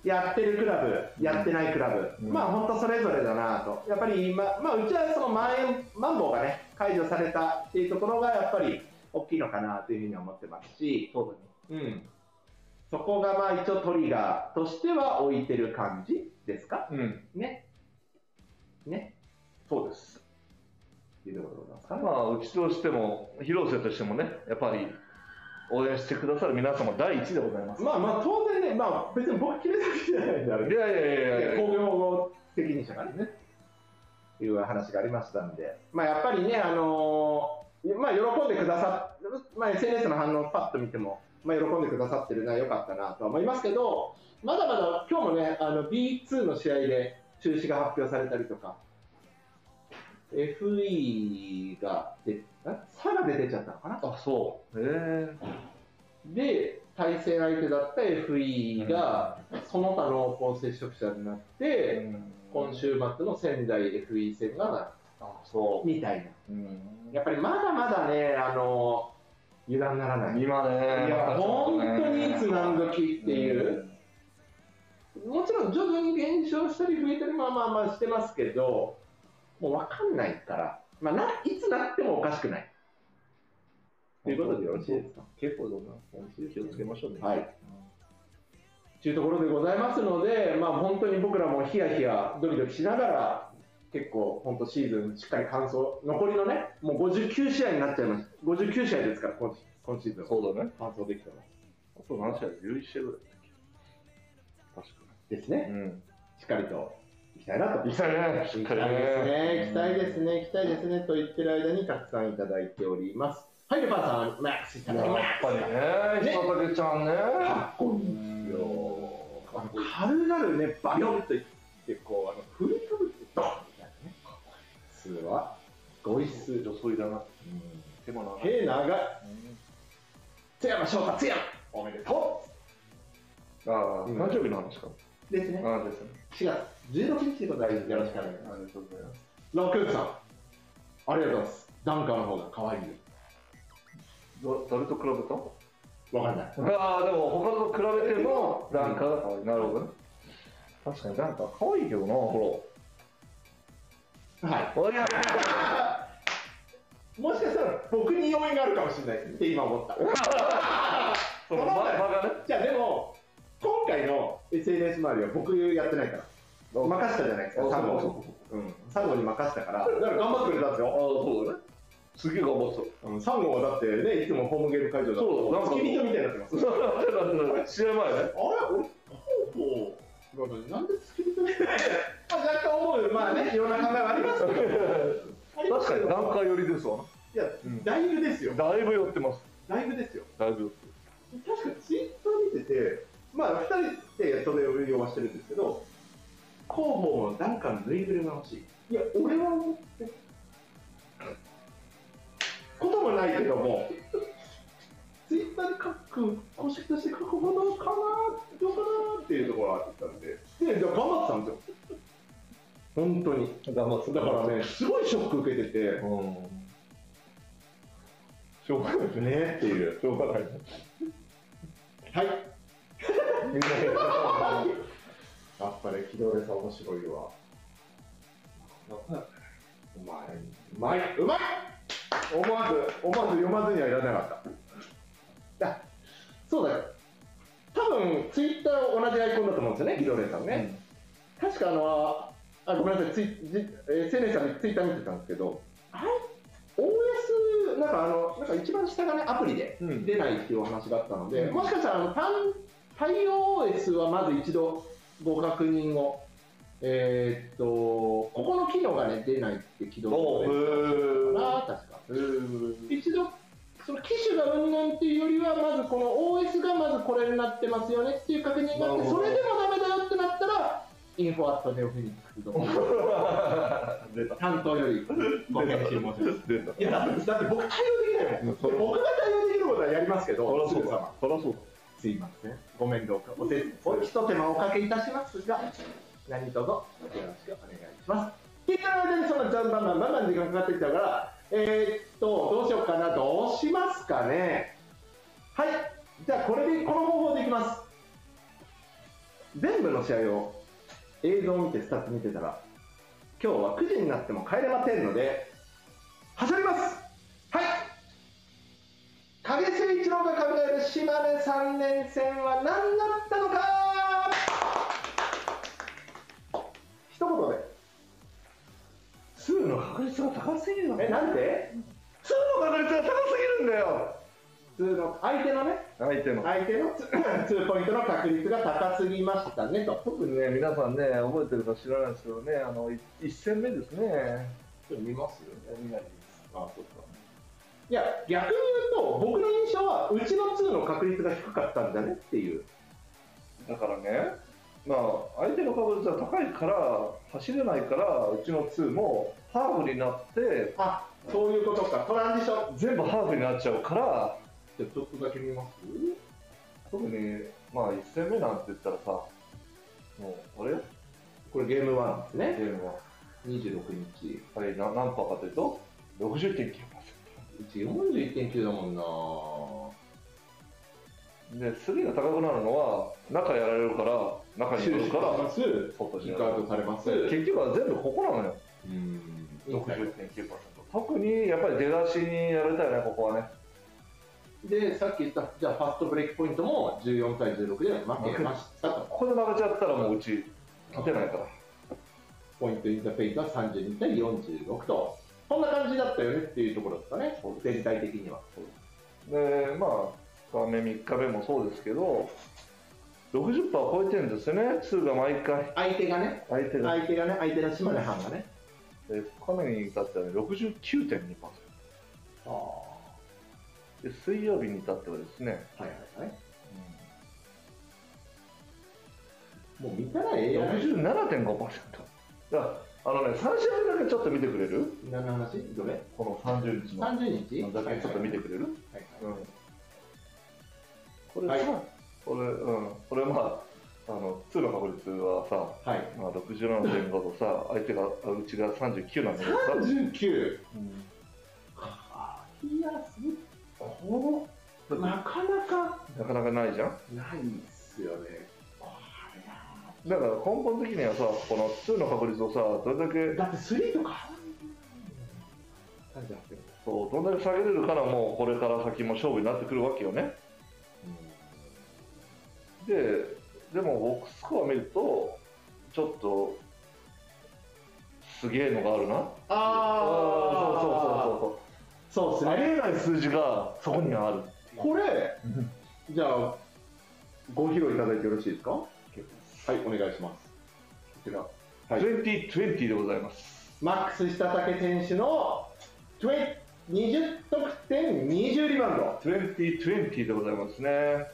Speaker 2: やってるクラブ、やってないクラブ、
Speaker 3: うん
Speaker 2: まあ本当それぞれだなと。やっぱり今まあうちはそのまん延マンボウがね解除されたっていうところがやっぱり大きいのかなというふうに思ってますし、
Speaker 3: そう
Speaker 2: うん。そこがまあ一応トリガーとしては置いてる感じですか
Speaker 3: だね。うん。
Speaker 2: ね。ね。
Speaker 3: そうです。
Speaker 2: っていうところでございますか
Speaker 3: ま
Speaker 2: ね。
Speaker 3: あ、うちとしても、広瀬としてもね、やっぱり、応援してくださる皆様第一でございます。
Speaker 2: まあまあ当然ね、まあ別に僕決めたわけじゃないんであれ
Speaker 3: いやいやいやいやいや。
Speaker 2: 工業責任者がね、という話がありましたんで、まあ、やっぱりね、あのーまあ、喜んでくださっ、まあ、SNS の反応をパッと見ても、まあ、喜んでくださってるのは良かったなとは思いますけど、まだまだ今日もね、あの B2 の試合で中止が発表されたりとか、FE が出、あ差が出てっちゃったのかな。
Speaker 3: あ、そう。へ
Speaker 2: で、対戦相手だった FE が、その他濃厚接触者になって、
Speaker 3: え。
Speaker 2: 今。週末の仙台 FE 戦がな
Speaker 3: あ、そ
Speaker 2: みたいな
Speaker 3: う。うん。
Speaker 2: やっぱりまだまだねあの油断ならないい
Speaker 3: 今ね。
Speaker 2: や本当にいつ何時っていう、
Speaker 3: う。
Speaker 2: もちろん徐々に減少したり増えたりまあまあまあしてますけどもう分かんないから、まあ、ないつなってもおかしくないということでよろしいですか
Speaker 3: 結構だな。本当に気をつけましょうね。
Speaker 2: はいというところでございますので、まあ、本当に僕らもヒヤヒヤドキドキしながら結構本当シーズンしっかり完走残りのねもう59試合になっちゃいました59試合ですから今シ今シーズン
Speaker 3: そうだね。
Speaker 2: 完走できてます
Speaker 3: あと何試合 ?11 試合ぐらい。確か
Speaker 2: ですね
Speaker 3: に。うん。
Speaker 2: しっかりといきたいなと
Speaker 3: 行きたいね。しっかりね。
Speaker 2: 行きたいですね行きたいですね行きたいですねと言ってる間にたくさんいただいておりますはいルパンさんマックスいた
Speaker 3: や
Speaker 2: だき
Speaker 3: っ
Speaker 2: ます
Speaker 3: ぱりね、ひとたけちゃんね。
Speaker 2: かっこいい
Speaker 3: い
Speaker 2: あの軽々ねバリョンといってこうあの振りかぶってドンみたいなねすごいごいっす
Speaker 3: 女装いだな。手も長い。
Speaker 2: へえ長い津山翔太津山おめでと
Speaker 3: ああ、誕生日の話か。
Speaker 2: うですね
Speaker 3: ああ、ですね。
Speaker 2: 4月16日でございますよろしくお願いします
Speaker 3: ありがとうございます。
Speaker 2: ラクーンさんありがとうございますダンカーの方が可愛いよ
Speaker 3: ど誰と比べた
Speaker 2: わかんない
Speaker 3: ああ、でも他と比べても、ダンカーが可愛い。なるほどね。確かにダンカー可愛いけどな、ほ
Speaker 2: は
Speaker 3: ら。おいや、
Speaker 2: いもしかしたら僕に要因があるかもしれないって今思った
Speaker 3: <laughs> その前がね。
Speaker 2: じゃあでも今回の SNS 周りは僕やってないから任したじゃないですか
Speaker 3: あ
Speaker 2: 佐
Speaker 3: そう
Speaker 2: 合うん佐合に任したからだから頑張ってくれたんです
Speaker 3: ああ、
Speaker 2: よ
Speaker 3: そうだね。すげえ頑張ってた。 <laughs>
Speaker 2: うん佐合はだってねいつもホームゲーム会場だ
Speaker 3: そうなんか
Speaker 2: 付き人みたいになってます
Speaker 3: そうなんだ試合前 <laughs> ね。
Speaker 2: あれ俺ほうほうなんで付き人みたいなまあ <laughs> 若干思うまあねいろんな考えはありますけど
Speaker 3: 確かに段階寄りですわ。
Speaker 2: いや
Speaker 3: うん
Speaker 2: だいぶですよ
Speaker 3: だいぶ寄ってます。
Speaker 2: だいぶですよ
Speaker 3: だいぶ寄って
Speaker 2: 確かツイッター見ててまあ2人って
Speaker 4: なんかぬいぐるみが欲しい。
Speaker 2: いや、俺は思ってこともないけども、ツイッターで書く、公式として書くほどかな、どうかなっていうところがあったんで、で、じゃあ頑張ってたんですよ。本当に。
Speaker 3: 頑張って
Speaker 2: だからね、すごいショック受けてて、
Speaker 3: うん
Speaker 2: しょうがないですねっていう。
Speaker 3: しょうがないね
Speaker 2: はい。
Speaker 3: みんなやった
Speaker 2: やっぱり、木戸さん面白いわ。うまい。うまい。うまい思わず、思わず読まずにはいられなかった。あそうだよ。多分、ツイッター同じアイコンだと思うんですよね、ギドレイさんね。確かあの、あ、ごめんなさい、ツイじえー、青年さんにツイッター見てたんですけど、あれ ?OS、なんかあの、なんか一番下がね、アプリで
Speaker 3: うん
Speaker 2: 出ないっていうお話だったので、
Speaker 3: うん
Speaker 2: もしかしたらあの、単対応 OS はまず一度ご確認を。えーっと、ここの機能がね、出ないって起動
Speaker 3: おう
Speaker 2: する
Speaker 3: う
Speaker 2: か
Speaker 3: ー
Speaker 2: な、確か。
Speaker 3: うー
Speaker 2: 一度、その機種がうんぬんっていうよりは、まずこの OS がまずこれになってますよねっていう確認があって、
Speaker 3: なるほど
Speaker 2: それでもダメだよってなったら、インフォアットネオフェニックスドット <laughs>
Speaker 3: 出た
Speaker 2: 担当よりご返信申し上げます。
Speaker 3: 出た
Speaker 2: いや、だってだって僕対応でき <laughs> ないもん。
Speaker 3: そら
Speaker 2: 僕が対応できることはやりますけど、
Speaker 3: そらそう
Speaker 2: すぐさま
Speaker 3: だそらそうだ
Speaker 2: すいません。ご面倒か。お手、お一手間おかけいたしますが、何卒よろしくお願いします。聞いてる間にそんな、バンバンバンバンバン時間かかってきたから、えー、っと、どうしようかな。どうしますかね。はい。じゃあ、これで、この方法でいきます。全部の試合を映像を見て、スタッフ見てたら、今日は9時になっても帰れませんので、走りますはい影誠一郎が考える島根3連戦は何だったのか一言で
Speaker 3: 数の確率が高すぎるの
Speaker 2: えなんて
Speaker 3: 数の確率が高すぎるんだよ
Speaker 2: 普通の相手のね
Speaker 3: 相手の
Speaker 2: 相手のツツーポ <laughs> イントの確率が高すぎましたねと
Speaker 3: 特にね皆さんね覚えてるか知らないですけどねあのい一戦目ですね
Speaker 2: 見ますあそうかいや逆に言うと僕の印象はうちのツーの確率が低かったんだねっていう
Speaker 3: だからねまあ相手の確率が高いから走れないからうちの2もハーフになって
Speaker 2: あそういうことかトランジション
Speaker 3: 全部ハーフになっちゃうから
Speaker 2: じゃあちょっとだけ見ます
Speaker 3: 特にまあ1戦目なんて言ったらさもうあれ
Speaker 2: これゲーム1です
Speaker 3: ゲ
Speaker 2: ね
Speaker 3: ームは
Speaker 2: 26日
Speaker 3: はいな何パーかというと60.9%
Speaker 2: うち41.9だもんな
Speaker 3: でスリーが高くなるのは中やられるから中に寄るから
Speaker 2: す
Speaker 3: 外に
Speaker 2: ピ
Speaker 3: や
Speaker 2: ッ
Speaker 3: ら
Speaker 2: ク
Speaker 3: れ
Speaker 2: アウ
Speaker 3: る
Speaker 2: トされます
Speaker 3: 結局は全部ここなのよ
Speaker 2: うん
Speaker 3: 60.9%特にやっぱり出だしにやられたよねここはね
Speaker 2: でさっき言ったじゃあファストブレイクポイントも14対16で負けましたと
Speaker 3: ここで負けちゃったらもううち勝てないから
Speaker 2: ポイントインターフェイスは32対46とこんな感じだったよねっていうところですかね全体的には
Speaker 3: でまあ2日目3日目もそうですけど60%超えてるんですよね2が毎回
Speaker 2: 相手がね
Speaker 3: 相手が
Speaker 2: 相手がね相手の島根藩がね
Speaker 3: で2日目に至ってはね69.2%
Speaker 2: ああ
Speaker 3: で水曜日に至ってはですね、
Speaker 2: はいはいはいもう見たらええやん
Speaker 3: 67.5%だからあのね3試合目だけちょっと見てくれる
Speaker 2: 何の話どれ
Speaker 3: この30日の
Speaker 2: 30日
Speaker 3: だけちょっと見てくれる、
Speaker 2: はいはい
Speaker 3: うんこれさ、
Speaker 2: はい
Speaker 3: これ、うん、これまあ、あの、通の確率はさ、
Speaker 2: はい
Speaker 3: まあ、67.5とさ、相手が、あうちが39なんだけどさ、
Speaker 2: 39
Speaker 3: うん
Speaker 2: あいやすこのなかなか
Speaker 3: なかなかないじゃん
Speaker 2: ないっすよね
Speaker 3: だから根本的にはさ、この通の確率をさ、どれだけ、
Speaker 2: だってスリーとか38点
Speaker 3: そう、どんだけ下げれるからもう、これから先も勝負になってくるわけよね。で、でも、ボックスコア見ると、ちょっと、すげえのがあるな。
Speaker 2: ああ
Speaker 3: そうそうそ
Speaker 2: そうそ
Speaker 3: うそう。
Speaker 2: うそう
Speaker 3: あ
Speaker 2: で
Speaker 3: りえない数字がそこにはある。
Speaker 2: すねこれじゃあご披露いただいてよろしいですかはいお願いしますこちらはい
Speaker 3: 2020でございます。
Speaker 2: マックスしたたけ選手の20 20得点20リバウンド
Speaker 3: 2020でございますね。
Speaker 2: はいはいはい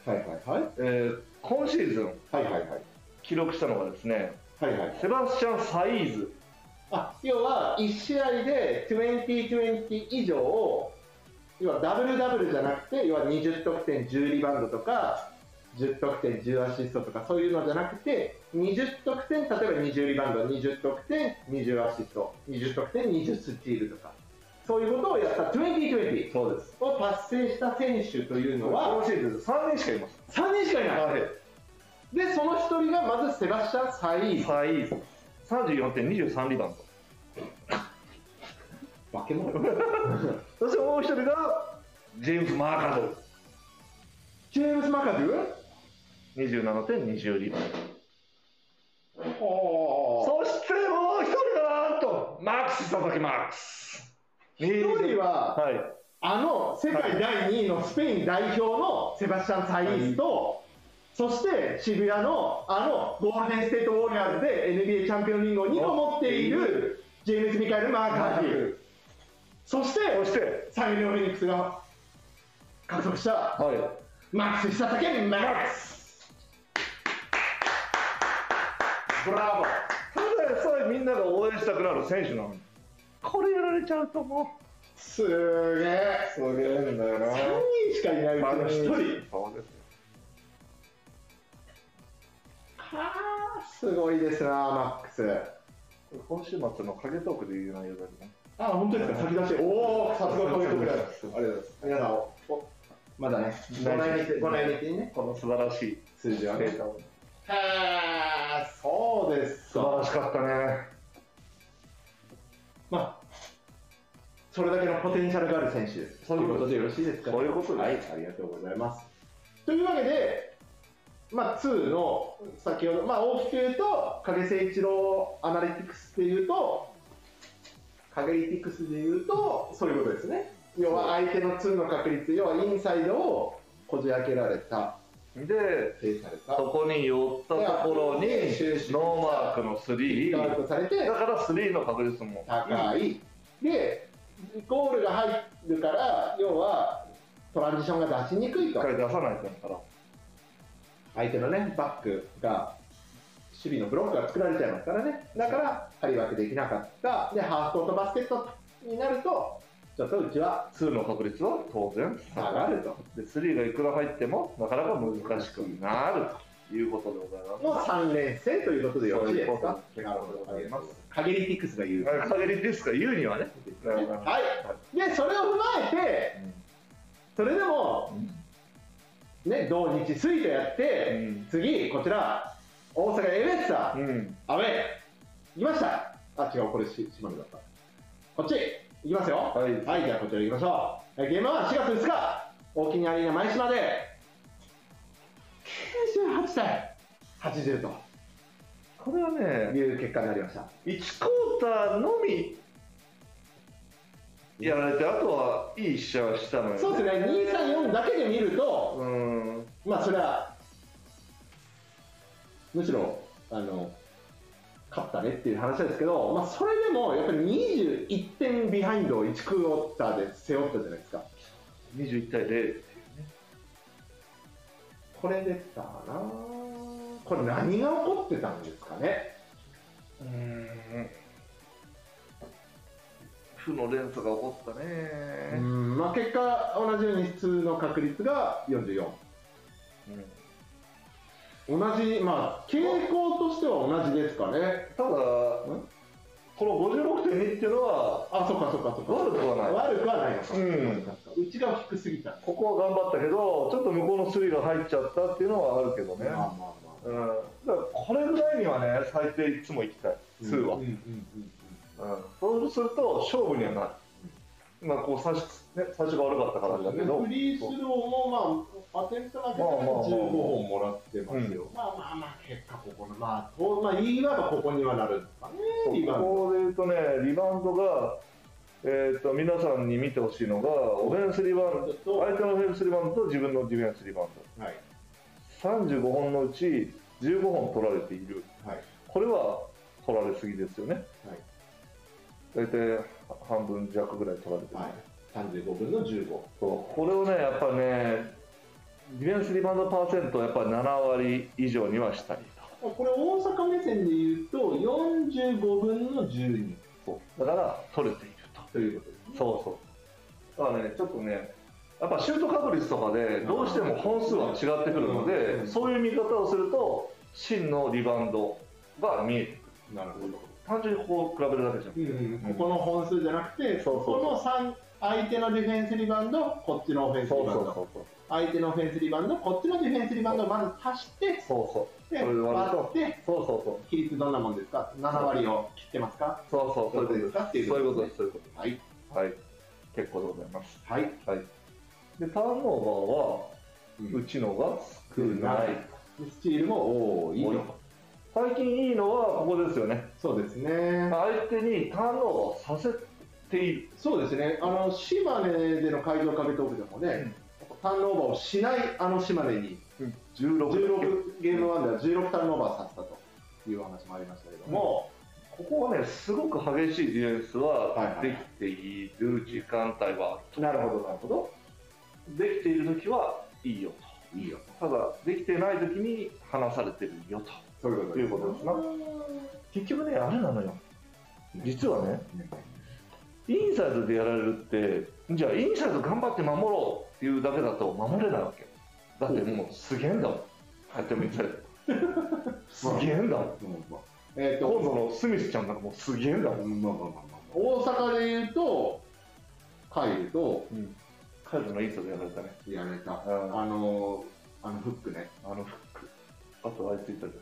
Speaker 3: えー今シーズン
Speaker 2: はいはいはい
Speaker 3: 記録したのがですね、
Speaker 2: はいはい。
Speaker 3: セバスチャン・サイーズ、
Speaker 2: あ要は1試合で2020以上を要はダブルダブルじゃなくて要は20得点10リバウンドとか10得点10アシストとかそういうのじゃなくて20得点例えば20リバウンド20得点20アシスト20得点20スチールとかそういうことをやった2020
Speaker 3: そうです。
Speaker 2: を達成した選手というのは
Speaker 3: 今シーズン3人しかいま
Speaker 2: 3人しかいない、
Speaker 3: はい
Speaker 2: でその1人がまずセバスチャン・サイ
Speaker 3: せん。
Speaker 2: ーズ
Speaker 3: サイーズ、34点23リバウン <laughs> ド。
Speaker 2: 化け物
Speaker 3: そしてもう一人が、ジェームス・マーカドル、
Speaker 2: ジェームス・マカドゥ
Speaker 3: 27点20リバウン
Speaker 2: おー
Speaker 3: ド。そしてもう一人が、なんと、マックス・佐々木マックス。一
Speaker 2: 一人は、
Speaker 3: はい。
Speaker 2: あの世界第2位のスペイン代表のセバスチャン・サイーズと、そして渋谷のあのゴールデン・ステート・ウォーリアーズで NBA チャンピオンリングを2度持っているジェームズ・ミカエル・マーカーヒー、そして
Speaker 3: そして、
Speaker 2: サイリオ・フェニックスが獲得した
Speaker 3: はい。
Speaker 2: マックス・久武マックスブラボー
Speaker 3: ただでさえみんなが応援したくなる選手なのにこれやられちゃうとも
Speaker 2: すーげえ
Speaker 3: うすげえんだよな
Speaker 2: 3人しかいないうちの1人
Speaker 3: そうです
Speaker 2: はあすごいですなマックス
Speaker 3: よ今週末の影トークで言う内容だけどね
Speaker 2: あ、本当ですか、先出し。おお、さすがトゲトゲだ。ありがとうございます。皆さんを、おまだね、ご内密、ご内密にね、
Speaker 3: この素晴らしい
Speaker 2: 数字
Speaker 3: デ
Speaker 2: を上げ
Speaker 3: ー
Speaker 2: て。
Speaker 3: タを
Speaker 2: はあ、そうです
Speaker 3: 素晴
Speaker 2: か。
Speaker 3: らしかったね
Speaker 2: まあ、それだけのポテンシャルがある選手。
Speaker 3: そういうことで
Speaker 2: よろしいですか
Speaker 3: そういうことで
Speaker 2: はい、ありがとうございます。というわけで、まあ、2の先ほど、まあ、大きく言うと、影誠一郎アナリティクスでいうと、影リティクスでいうと、そういうことですね。要は相手の2の確率、要はインサイドをこじ開けられた、
Speaker 3: で
Speaker 2: 制された、
Speaker 3: そこに寄ったところに
Speaker 2: で終始
Speaker 3: ノーマークの
Speaker 2: ダウ
Speaker 3: 3
Speaker 2: トされて、
Speaker 3: だから3の確率も
Speaker 2: 高い、でゴールが入るから要はトランジションが出しにくい
Speaker 3: 一
Speaker 2: と
Speaker 3: 回出さないとだから
Speaker 2: 相手のねバックが守備のブロックが作られちゃいますからねだから張り分けできなかったでハーフコートバスケットになるとちょっとうちは
Speaker 3: 2の確率は当然
Speaker 2: 下がると
Speaker 3: で3がいくら入ってもなかなか難しくなるということでございます
Speaker 2: もう3連戦ということでよろしいですか
Speaker 3: そういうことでございます
Speaker 2: 限りティックスが言う
Speaker 3: 限りですか言うにはね。
Speaker 2: はいでそれを踏まえてそれでもね同日水とやって、
Speaker 3: うん
Speaker 2: 次、こちら、大阪エベッサ
Speaker 3: う、ん。
Speaker 2: アウェイ、行きました。あ、違う、これし、島根だった。こっち、行きますよ。
Speaker 3: はい
Speaker 2: はい、じゃあこちら行きましょう。えゲームは4月2日、大きにアリーナ前島で、98対80と
Speaker 3: これはね、
Speaker 2: いう結果になりました。
Speaker 3: 1クォーターのみやられて、あとはいい試合をしたのよ、ね。
Speaker 2: そうですね、2、3、4だけで見ると、
Speaker 3: うん。
Speaker 2: まあ、それは、むしろ、あの、勝ったねっていう話なんですけど、まあ、それでも、やっぱり21点ビハインドを1クォーターで背負ったじゃないですか。
Speaker 3: 21対0。
Speaker 2: これでしたかなこれ何が起こってたんですかね
Speaker 3: うん。負の連鎖が起こったね。
Speaker 2: うん、まあ、結果、同じように普通の確率が44。
Speaker 3: うん
Speaker 2: 同じ、まあ、傾向としては同じですかね。
Speaker 3: ただ、この56.2っていうのは、
Speaker 2: あ、そっかそっかそっか。
Speaker 3: 悪くはない
Speaker 2: 悪くはないのか。
Speaker 3: うん
Speaker 2: 内側低すぎた。
Speaker 3: ここは頑張ったけど、ちょっと向こうのスリーが入っちゃったっていうのはあるけどね。
Speaker 2: まあまあまあ。
Speaker 3: うん、だからこれぐらいにはね、最低いつも行きたい、2は。
Speaker 2: う
Speaker 3: う
Speaker 2: う
Speaker 3: んん
Speaker 2: んうん
Speaker 3: そうすると、勝負にはなる。まあ、こう最初、ね、最初が悪かったからだけど、
Speaker 2: フリースローも、まあ、アテンプが出たら
Speaker 3: まあまあまあ
Speaker 2: 15本もらってますよ。まあまあまあ、結果ここの、まあ、とまあ、いわばここにはなるんですかね、リバウンド。
Speaker 3: ここで言うとね、リバウンドが、えー、と皆さんに見てほしいのが、オフェンスリバウンド、相手のオフェンスリバウンドと自分のディフェンスリバウン
Speaker 2: はい。
Speaker 3: ド、35本のうち15本取られている、
Speaker 2: はい。
Speaker 3: これは取られすぎですよね、
Speaker 2: はい。
Speaker 3: 大体半分弱ぐらい取られてる。
Speaker 2: はい。35分の15。
Speaker 3: そうこれをね、やっぱね、ディフェンスリバウンドパーセント、やっぱり7割以上にはしたいと。
Speaker 2: まあこれ大阪目線で言うと45分の12
Speaker 3: だから取れていると。
Speaker 2: ということですね
Speaker 3: そうそう。だからね、ちょっとね、やっぱシュート確率とかで、どうしても本数は違ってくるの
Speaker 2: う
Speaker 3: で、
Speaker 2: ん
Speaker 3: そういう見方をすると、真のリバウンドが見えてくる。
Speaker 2: なるほど、
Speaker 3: 単純にこう比べるだけじゃん。
Speaker 2: ここの本数じゃなくて
Speaker 3: そうそう
Speaker 2: この三相手のディフェンスリバウンドこっちのオフェンスリバウンド
Speaker 3: そう。
Speaker 2: 相手のオフェンスリバウンドこっちのディフェンスリバウンドをまず足して
Speaker 3: そうそう。
Speaker 2: で
Speaker 3: それで割ると
Speaker 2: 割って
Speaker 3: そうそうそう。
Speaker 2: 比率どんなもんですか7割を切ってますか
Speaker 3: そうそう、そういうことです。
Speaker 2: そ
Speaker 3: そうう
Speaker 2: い
Speaker 3: いうう
Speaker 2: こ
Speaker 3: ことと
Speaker 2: で
Speaker 3: です。そういうことで
Speaker 2: はい
Speaker 3: す。はい。結構でございます。
Speaker 2: はい、
Speaker 3: はい。で、ターンオーバーは、うちのが少ない。
Speaker 2: でスチールも多い
Speaker 3: 多い最近いいのは、ここですよね。
Speaker 2: そうですね
Speaker 3: 相手にターンオーバーさせている。
Speaker 2: そうですね、あの島根での会場壁トークでもね、ターンオーバーをしないあの島根に、
Speaker 3: 16
Speaker 2: 16ゲームワンでは16ターンオーバーさせたという話もありましたけども、
Speaker 3: もう、ここはね、すごく激しいディフェンス
Speaker 2: はい
Speaker 3: は
Speaker 2: は
Speaker 3: で
Speaker 2: い
Speaker 3: きている時間帯は、
Speaker 2: なるほど、なるほど、
Speaker 3: できている時はいいよ
Speaker 2: いいよ、
Speaker 3: と。ただ、できてない時に離されてるよと。
Speaker 2: そういうこと
Speaker 3: いうことですな結局ね、あれなのよ。実はね、インサイドでやられるって、じゃあインサイド頑張って守ろうっていうだけだと守れないわけ。だってもうすげえんだもん。相手もインサイド。すげえんだもん。
Speaker 2: うんまあえっと
Speaker 3: 今度のスミスちゃんなんかもうすげえんだもん。
Speaker 2: うんまあまあまあまあ大阪で言うと、海流と
Speaker 3: 彼女のインサイドやられたね。
Speaker 2: やられた、
Speaker 3: うん
Speaker 2: あのあのフックね、
Speaker 3: あのフック。あとあいついたじ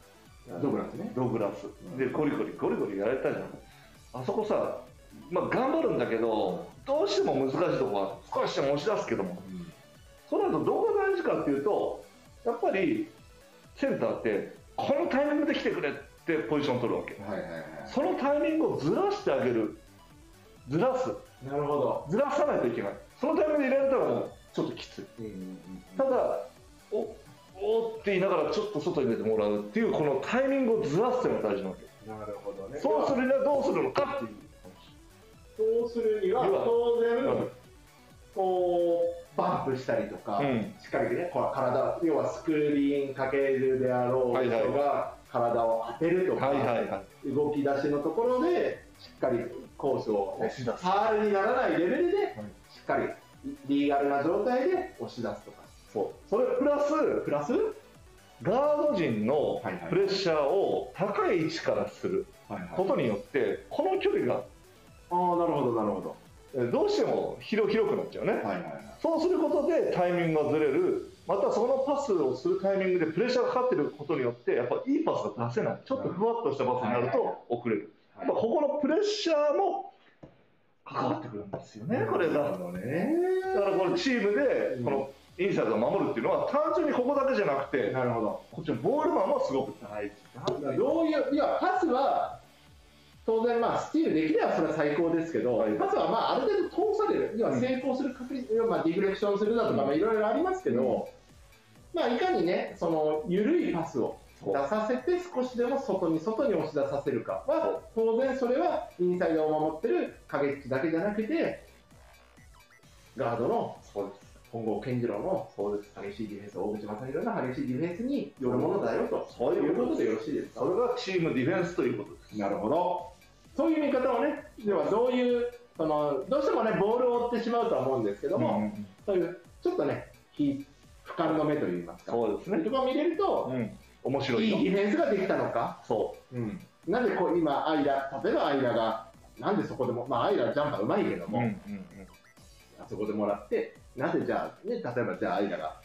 Speaker 3: ゃん。
Speaker 2: ドブラスね、
Speaker 3: ドグラス
Speaker 2: ん。
Speaker 3: で、ゴリゴリ、ゴリゴリやられたじゃん。あそこさ、まあ頑張るんだけど、どうしても難しいとこは少しでも押し出すけども、その後どこが大事かっていうと、やっぱりセンターって、このタイミングで来てくれってポジション取るわけ。
Speaker 2: はいはいは
Speaker 3: そのタイミングをずらしてあげる。ずらす。
Speaker 2: い、なるほど、
Speaker 3: ずらさないといけない。そのタイミングで入れられたらもうちょっときつい。
Speaker 2: うんうんうん
Speaker 3: ただ、おおーって言いながらちょっと外に出てもらうっていう、このタイミングをずらすっていうのが大事なわけ。
Speaker 2: なるほどね。
Speaker 3: そうするにはどうするのかっていう。
Speaker 2: そうするには
Speaker 3: 要は
Speaker 2: 当然、
Speaker 3: うん
Speaker 2: こうバンプしたりとか、
Speaker 3: うん
Speaker 2: しっかりねこう体要はスクリーンかけるであろう
Speaker 3: はいはい
Speaker 2: 人が体を当てるとか、
Speaker 3: はいはいはい。
Speaker 2: 動き出しのところでしっかりコースをね、
Speaker 3: 押し出
Speaker 2: フ
Speaker 3: す
Speaker 2: ァールにならないレベルで、しっかりリーガルな状態で押し出すとか
Speaker 3: そう。それプラス、
Speaker 2: プラス、
Speaker 3: ガード陣の
Speaker 2: はいはい
Speaker 3: プレッシャーを高い位置からすることによって、この距離
Speaker 2: あ
Speaker 3: が
Speaker 2: あなるほどなるほど
Speaker 3: えーどうしても広広くなっちゃうね。
Speaker 2: はいはいはい
Speaker 3: そうすることでタイミングがずれる、またそのパスをするタイミングでプレッシャーがかかってることによって、やっぱいいパスが出せない、ちょっとふわっとしたパスになる
Speaker 2: はいはいは
Speaker 3: と遅れる、や
Speaker 2: はい
Speaker 3: っぱここのプレッシャーも関わってくるんですよね、これ
Speaker 2: なる
Speaker 3: が。
Speaker 2: ほどね
Speaker 3: だからこのチームでこのインサイドを守るっていうのは、単純にここだけじゃなくて、
Speaker 2: なるほど
Speaker 3: こっちのボールマンもすごく大事だ
Speaker 2: どういう、いや、パスは、当然、まあ、スチールできればそれは最高ですけど、
Speaker 3: はい
Speaker 2: パスは、まあ、ある程度通される、要は成功する確率、要はまあ、ディフレクションするだとか、
Speaker 3: うん
Speaker 2: まあ、いろいろありますけど、まあ、いかにね、その、緩いパスを
Speaker 3: そ
Speaker 2: 出
Speaker 3: う
Speaker 2: させて、少しでも外に外に押し出させるかは、当然それは、インサイドを守ってる影口だけじゃなくて、ガードの
Speaker 3: そうです
Speaker 2: 本郷健次郎の
Speaker 3: そうです
Speaker 2: 激しいディフェンス、大口正弘の激しいディフェンスによるものだよと、
Speaker 3: そう
Speaker 2: い
Speaker 3: いうう
Speaker 2: こ
Speaker 3: ことと
Speaker 2: で
Speaker 3: で
Speaker 2: よ
Speaker 3: よ
Speaker 2: ろしいですか
Speaker 3: それがチームディフェンスということです。
Speaker 2: なるほど。そういう見方をね、ではどういう、そのどうしてもね、ボールを追ってしまうとは思うんですけども、
Speaker 3: うん
Speaker 2: そういう、ちょっとね、非俯瞰の目といいますか、そう
Speaker 3: そうです
Speaker 2: い
Speaker 3: ね
Speaker 2: う。ところを見れると、
Speaker 3: うん、面白
Speaker 2: いい
Speaker 3: い
Speaker 2: ディ
Speaker 3: よ。
Speaker 2: フェンスができたのか、
Speaker 3: そ
Speaker 2: なぜこう今、アイラ、例えばアイラが、なんでそこでも、まあ、アイラ、ジャンパーうまいけど
Speaker 3: う。
Speaker 2: も、あそこでもらって、なぜじゃあ、ね、例えばじゃあ、アイラが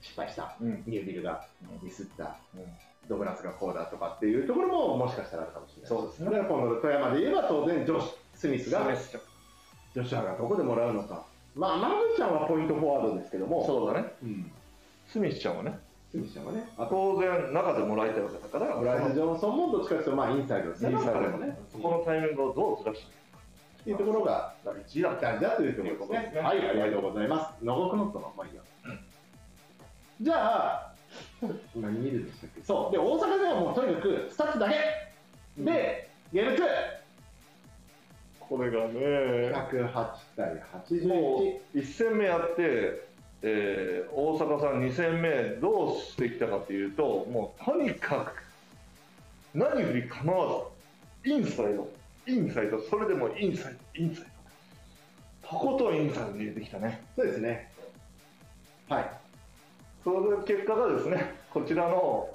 Speaker 2: 失敗した、
Speaker 3: うん。
Speaker 2: ニュービルがミスった、
Speaker 3: うん
Speaker 2: ドブラスがこうだとかっていうところも、もしかしたらあるかもしれない。
Speaker 3: そうですね
Speaker 2: だからこの富山で言えば、当然、ジョシュ・スミスが、
Speaker 3: そ
Speaker 2: ジョシュアがどこでもらうのか。まあ、マグちゃんはポイントフォワードですけども、
Speaker 3: うだね。
Speaker 2: うん。
Speaker 3: スミスちゃんはね、
Speaker 2: スミスちゃんはね、あと、
Speaker 3: 当然中でもらいたいわけだから、
Speaker 2: ブライス・ジョンソンもどっちかというと、まあ、インサイドです
Speaker 3: そ
Speaker 2: ね。
Speaker 3: のインサイド
Speaker 2: 彼
Speaker 3: で
Speaker 2: も
Speaker 3: もね
Speaker 2: ね、。
Speaker 3: そこのタイミングをどうずらして
Speaker 2: っていうところが、
Speaker 3: いくか。
Speaker 2: 大事だというところですね。はい、ありがとうございます。ノゴクノットの、まあいいや。じゃあ、何見るんでしたっけそう。で、大阪ではもうとにかく、スタッツだけで、ゲーム
Speaker 3: これがね、
Speaker 2: 2!108 対81
Speaker 3: も。う1戦目やって、えー大阪さん2戦目どうしてきたかというと、もうとにかく何より構わず、インサイド、インサイド、それでもインサイド、インサイド。とことんインサイドに入れてきたね。
Speaker 2: そうですね。はい。
Speaker 3: その結果がですね、こちらの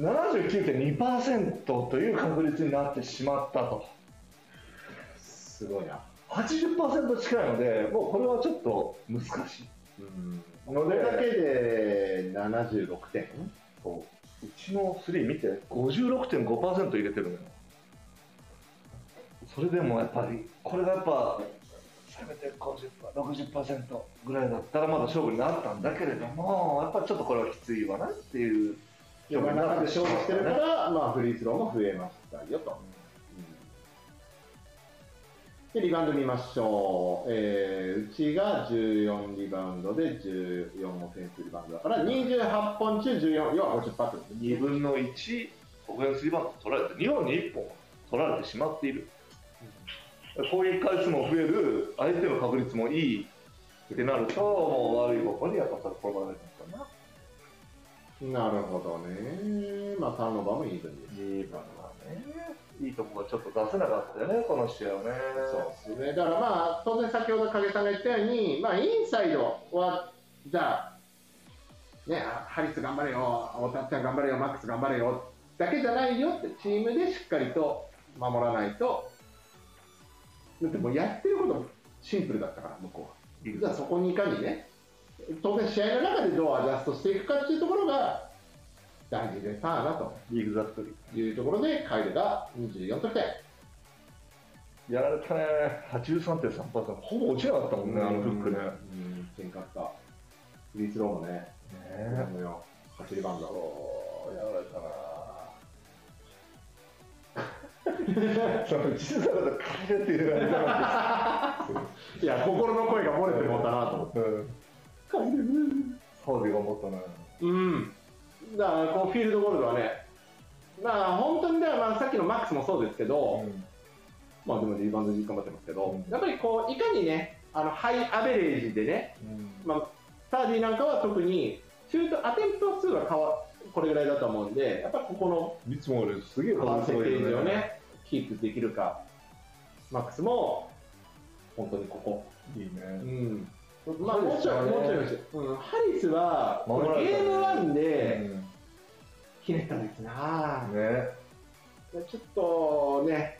Speaker 3: 79.2%という確率になってしまったと。
Speaker 2: すごいな。
Speaker 3: 80%近いので、もうこれはちょっと難しい。
Speaker 2: うん。
Speaker 3: の
Speaker 2: これだけ
Speaker 3: で、
Speaker 2: で76点。
Speaker 3: そううちの3見て、56.5%入れてるのよ。それでもやっぱり、これがやっぱ、せめて50%、60%ぐらいだったらまだ勝負になったんだけれども、やっぱちょっとこれはきついわなっていう。
Speaker 2: 山の中で勝負してるから、まあ、フリースローも増えましたよと。で、リバウンド見ましょう。えー、うちが14リバウンドで14オフェンスリバウンドだから、28本中14、要は50パスですね。
Speaker 3: 2分の1、オフェンスリバウンド取られて、日本に1本取られてしまっている、攻撃回数も増える、相手の確率もいいってなると、もう悪い方向にやっぱ転がられてるかな。
Speaker 2: なるほどね。まあ、ターンオーバーもイーブンです。
Speaker 3: いいかなね。いいとこがちょっと出せなかったよね、この試合はね。
Speaker 2: そうですね。だからまあ、当然先ほど影さんが言ったように、まあ、インサイドは、じゃあ、ね、あハリス頑張れよ、大田ちゃん頑張れよ、マックス頑張れよ、だけじゃないよって、チームでしっかりと守らないと、だってもうやってることもシンプルだったから、向こうは。
Speaker 3: いい
Speaker 2: じゃあそこにいかにね、当然試合の中でどうアジャストしていくかっていうところが、大事でさあなと
Speaker 3: リーグザックリ
Speaker 2: いうところで、カイルが24得点。
Speaker 3: ー。やられたね、83.3%、ほぼ落ちなかったもんね、あのフックね。
Speaker 2: うん、点かった。フリースローもね、
Speaker 3: ね
Speaker 2: あのよ、走りバンだ。
Speaker 3: そうやられたなその小さなこと変えるっていうのが
Speaker 2: いや、心の声が漏れてるもんだなと思って。
Speaker 3: うんそうで思ったな
Speaker 2: うん。だから、こう、フィールドゴールドはね、まあ、本当にだから、まあ、さっきのマックスもそうですけど、まあ、でもリバウンドに頑張ってますけど、
Speaker 3: うん
Speaker 2: やっぱりこう、いかにね、あの、ハイアベレージでね、まあ、サーディなんかは特に、シュート、アテンプト数は変わ、これぐらいだと思うんで、やっぱここの
Speaker 3: いつも俺すげえ
Speaker 2: パーセンテージを
Speaker 3: よ
Speaker 2: ね、キープできるか、マックスも、本当にここ。
Speaker 3: いいね
Speaker 2: うん。まあ、もうちょい、もうちょいよし、うん、ハリスは、
Speaker 3: 守られた
Speaker 2: ゲ
Speaker 3: ね
Speaker 2: ームワン
Speaker 3: ね
Speaker 2: で、ひねったんですな、
Speaker 3: ね
Speaker 2: ちょっとね、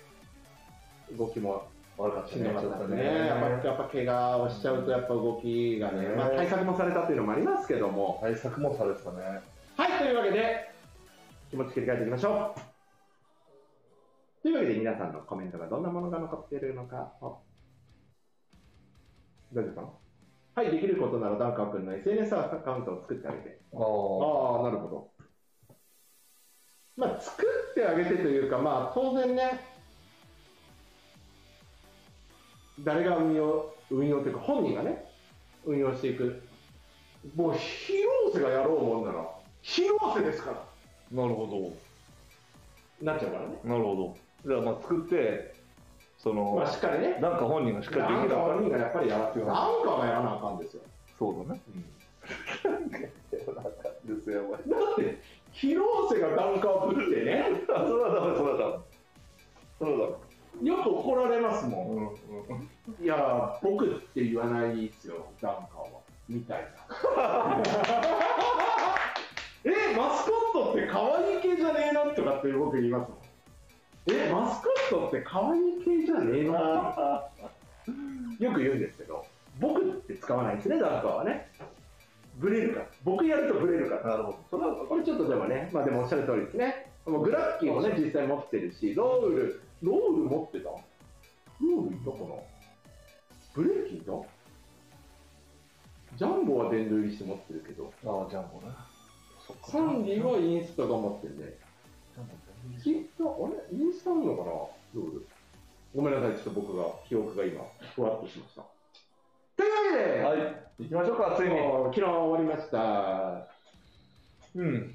Speaker 2: 動きも
Speaker 3: 悪かった
Speaker 2: しんど
Speaker 3: ね
Speaker 2: か
Speaker 3: ちょ
Speaker 2: った
Speaker 3: っ
Speaker 2: で
Speaker 3: と
Speaker 2: すね、
Speaker 3: ね
Speaker 2: やっぱやっぱ怪我をしちゃうと、やっぱ動きがね、
Speaker 3: ね
Speaker 2: まあ、対策もされたというのもありますけども。
Speaker 3: 対策もされてたね
Speaker 2: はい、というわけで、気持ち切り替えていきましょう。というわけで、皆さんのコメントがどんなものが残っているのか、あ大丈夫かなはい、できることなら、ダンカー君の SNS アカウントを作ってあげて。
Speaker 3: あ
Speaker 2: あ
Speaker 3: あ
Speaker 2: あ、なるほど。まあ、作ってあげてというか、まあ、当然ね、誰が運用、運用というか、本人がね、運用していく。もう、広瀬がやろうもんなら、広瀬ですから。
Speaker 3: なるほ
Speaker 2: なっちゃうからね。
Speaker 3: どなるほどじゃあまあ作ってその
Speaker 2: まあ、しっかりね。
Speaker 3: なんか本人がしっかり
Speaker 2: ア
Speaker 3: で
Speaker 2: ン
Speaker 3: き
Speaker 2: カ
Speaker 3: な
Speaker 2: ー
Speaker 3: か
Speaker 2: 本
Speaker 3: っ
Speaker 2: 人がやっぱりやらせて
Speaker 3: うん
Speaker 2: アンカーがやらなあかんですよ。
Speaker 3: たそうだねですよ
Speaker 2: だって、広瀬がダンカーぶってね、
Speaker 3: あそうだそうだそうだそうだ
Speaker 2: よく怒られますもん。
Speaker 3: うんうん
Speaker 2: いや、僕って言わないですよ、ダンカーは。みたいな。 <laughs> え、マスコットって可愛い系じゃねえのとかって僕言いますもん。え、マスコットって可愛い系じゃねえのってよく言うんですけど、僕って使わないですね、ダンカーはね。ブレるから。僕やるとブレるから。
Speaker 3: なるほど
Speaker 2: それはこれちょっとでもね、まあでもおっしゃる通りですね。もうグラッキーもね、実際持ってるし、ロール、ロール持ってたロールいたかなブレーキいたジャンボは電動入りして持ってるけど、
Speaker 3: ああ、ジャンボね。そっか
Speaker 2: サンディはインスタが持ってるね。
Speaker 3: ジャンボね
Speaker 2: きっと、あれインスタあるのかなロール。ごめんなさい、ちょっと僕が、記憶が今、ふわっとしました。というわけで、
Speaker 3: はい、行きましょうか、ついに。
Speaker 2: もう昨日終わりました。
Speaker 3: うん。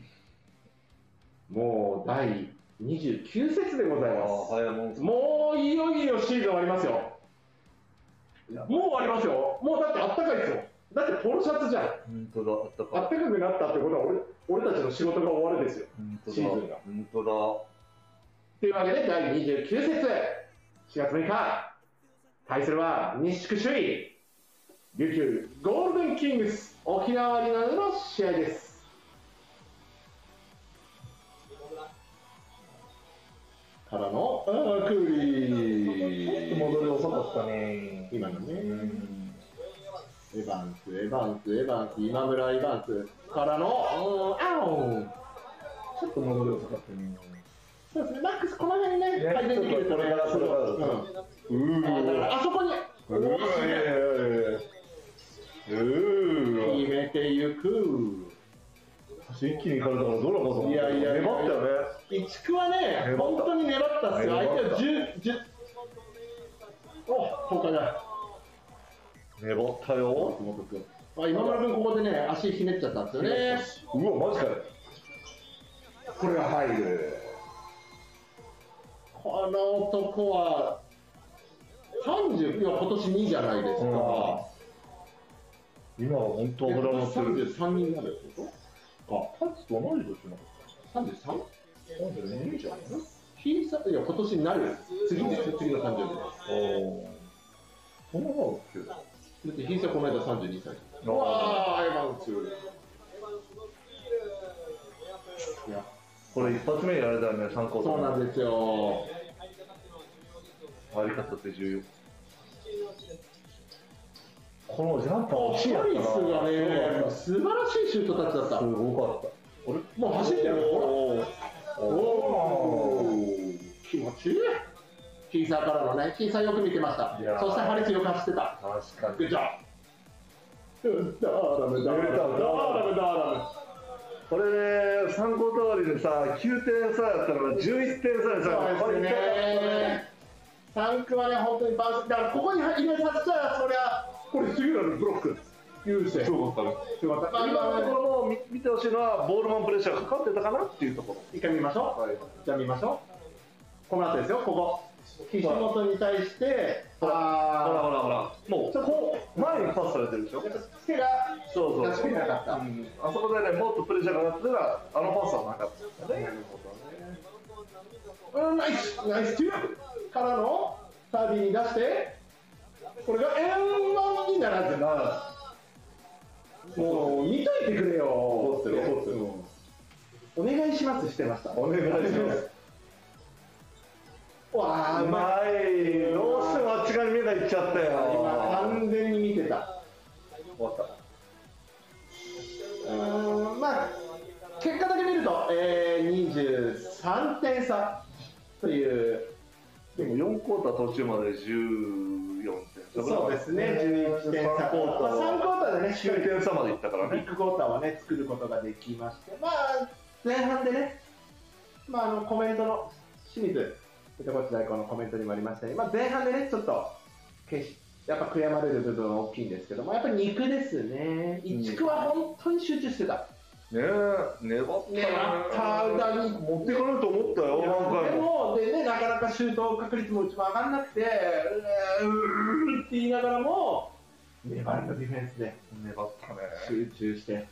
Speaker 2: もう第29節でございます。
Speaker 3: 早いもん。
Speaker 2: もういよいよシーズン終わりますよ。もう終わりますよ。もうだってあったかいですよ。だってポロシャツじゃん。
Speaker 3: 本当だ、あった
Speaker 2: あ
Speaker 3: か
Speaker 2: ったかくなったってことは俺俺たちの仕事が終わるですよ。
Speaker 3: い。本当
Speaker 2: シーズンが
Speaker 3: だ。本当
Speaker 2: というわけで、第29節、4月6日、対するは西地区首位、琉球ゴールデンキングス沖縄アリーナでの試合です。からの、あークーリー。
Speaker 3: 戻り遅かったね。
Speaker 2: 今のね、エヴァンス、エヴァンス、エヴァンス、今村エヴァンスからの、うん、あおん
Speaker 3: ちょっと戻り遅かったね。
Speaker 2: そうですね、マックス、この辺にね、
Speaker 3: ね
Speaker 2: 改善できると
Speaker 3: ちょっとこれからそれからですねう
Speaker 2: うん、あだからあそこに
Speaker 3: うー
Speaker 2: 決めてゆく。
Speaker 3: 一気に行かれたからどうなのかと思った
Speaker 2: いやいやいや
Speaker 3: 粘ったよね
Speaker 2: 一区はね、
Speaker 3: 粘った
Speaker 2: 本当に粘ったっすよ、
Speaker 3: 粘
Speaker 2: 相
Speaker 3: った
Speaker 2: 手は10、10、おそうかな。
Speaker 3: 粘ったよ
Speaker 2: あ今村君、ここでね、足ひねっちゃったんですよね。
Speaker 3: うわマジかよ
Speaker 2: これが入るこの男は30いや今年2じゃないですか、
Speaker 3: 今は本当
Speaker 2: で
Speaker 3: 脂乗ってる
Speaker 2: 33になるってこ
Speaker 3: あパンツと同じ年なの
Speaker 2: と 33?
Speaker 3: 32じゃん
Speaker 2: ひいさいや今年になる次ですよ次の誕生日
Speaker 3: あーそんなのあるっ
Speaker 2: ですだってひいさこの間32歳
Speaker 3: け
Speaker 2: うわーエヴァンスいや
Speaker 3: これ一発目やられたらね参考
Speaker 2: そうなんですよ
Speaker 3: あり方って重要このジャンパー
Speaker 2: チャリスがね素晴らしいシュートタッチだった
Speaker 3: すごかった俺
Speaker 2: もう走ってる
Speaker 3: おー
Speaker 2: お
Speaker 3: お
Speaker 2: お気持ちいいキーサーからのねキーサーよく見てました
Speaker 3: いやー
Speaker 2: そしてハリスよく走ってた
Speaker 3: ー確か
Speaker 2: グッ
Speaker 3: に
Speaker 2: ジョブダーラムダーラムダーラムダーラ
Speaker 3: これね参考代わりでさ9点差やったら11点差でさ
Speaker 2: ムそうですねタンクはね本当にバウンスだからここに入れさせたらそりゃこれ杉浦のブロック優勢
Speaker 3: そうだったね
Speaker 2: よかった
Speaker 3: 今の
Speaker 2: 今
Speaker 3: とこ
Speaker 2: の
Speaker 3: ろも見見てほしいのはボールマンプレッシャーかかってたかなっていうところ
Speaker 2: 一回見ましょう、じゃあ見ましょうこの後ですよここ岸本に対して
Speaker 3: ほら
Speaker 2: あー
Speaker 3: ほらほらほらもうこう前にパスされてるでしょ
Speaker 2: 手が
Speaker 3: そうそう
Speaker 2: 出し切れなかった、
Speaker 3: うんあそこでねもっとプレッシャーがかかってたらあのパスはなかったですよね
Speaker 2: うん、ナイスナイスチューブからのサーディに出してこれが円満にならずもう見といてくれよ
Speaker 3: 怒ってる怒ってる
Speaker 2: お願いしますしてました
Speaker 3: お願いします
Speaker 2: わあ
Speaker 3: う
Speaker 2: うまい
Speaker 3: まいどうしてもあっち側に目がいっちゃったよ
Speaker 2: 今完全に見てた
Speaker 3: 終わった
Speaker 2: うーんまあ結果だけ見ると、えー、23点差という
Speaker 3: でも4クォーター途中まで14点
Speaker 2: そうですね11点差
Speaker 3: 3クォーター
Speaker 2: まあ、3クォーターでね
Speaker 3: 9点差までいったから
Speaker 2: ビ
Speaker 3: ね
Speaker 2: ッグクォーターはね、作ることができまして、まあ、前半でね、まあ、あのコメントの清水、瀬戸内大根のコメントにもありましたように、まあ、前半でね、ちょっと決し、やっぱ悔やまれる部分は大きいんですけども、やっぱり肉ですね、一区は本当に集中してた、
Speaker 3: ねえ粘ったね
Speaker 2: 粘った裏に
Speaker 3: 持ってかれると思ったよ
Speaker 2: いや
Speaker 3: 何回
Speaker 2: で
Speaker 3: も
Speaker 2: もで、ね、なかなかシュート確率もうちも上がんなくて、うーうーって言いながらも、粘りのディフェンスで
Speaker 3: 粘ったね
Speaker 2: 集中して。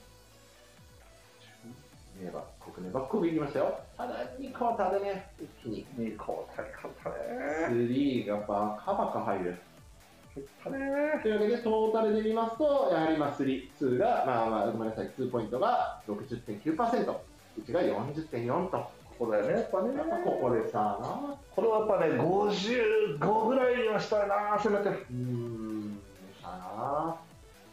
Speaker 2: 粘っこく粘っこくいきましたよ。ただ2クォーターでね、一気に。
Speaker 3: いい顔足りかったね
Speaker 2: 3がバカバカ入る。
Speaker 3: 入ったね
Speaker 2: というわけで、トータルで見ますと、やはりまあ3、2が、まあまあ、ごめんなさい、2ポイントが60.9%、1が40.4と。
Speaker 3: ここだよねやっぱね
Speaker 2: やっぱここでさ、な
Speaker 3: これはやっぱね55ぐらいにはしたいなせめて
Speaker 2: うーん、かな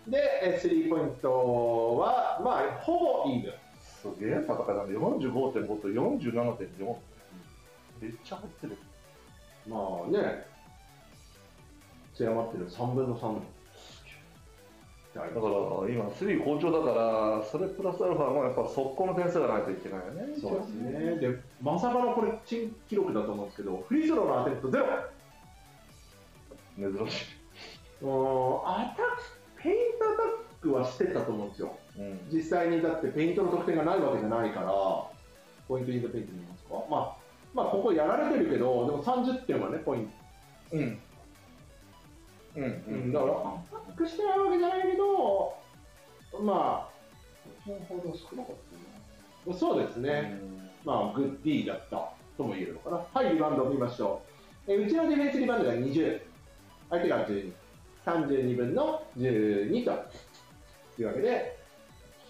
Speaker 2: で、えスリーポイントは、まあ、ほぼイーブン。
Speaker 3: すげえ戦いだね45.5と47.4めっちゃ入ってる
Speaker 2: まあね、強まってる3分の3だ
Speaker 3: だから今、スリー好調だから、それプラスアルファもやっぱ速攻の点数がないといけないよね。
Speaker 2: そうですね。で、まさかのこれ、珍記録だと思うんですけど、フリースローのアテンプトゼロ。
Speaker 3: 珍しい。
Speaker 2: うーん、アタック、ペイントアタックはしてたと思うんですよ。
Speaker 3: うん。
Speaker 2: 実際にだってペイントの得点がないわけじゃないから、ポイントインドペイント見ますかまあ、まあ、ここやられてるけど、でも30点はね、ポイント。
Speaker 3: うん。うん。
Speaker 2: うん、だから、アタックしてないわけじゃないけど、まあ、そのほど少なかったそうですね。まあ、グッディーだった。とも言えるのかな。はい、リバウンドを見ましょう。えーうちのディフェンスリバウンドが20、相手が12、32分の12というわけで、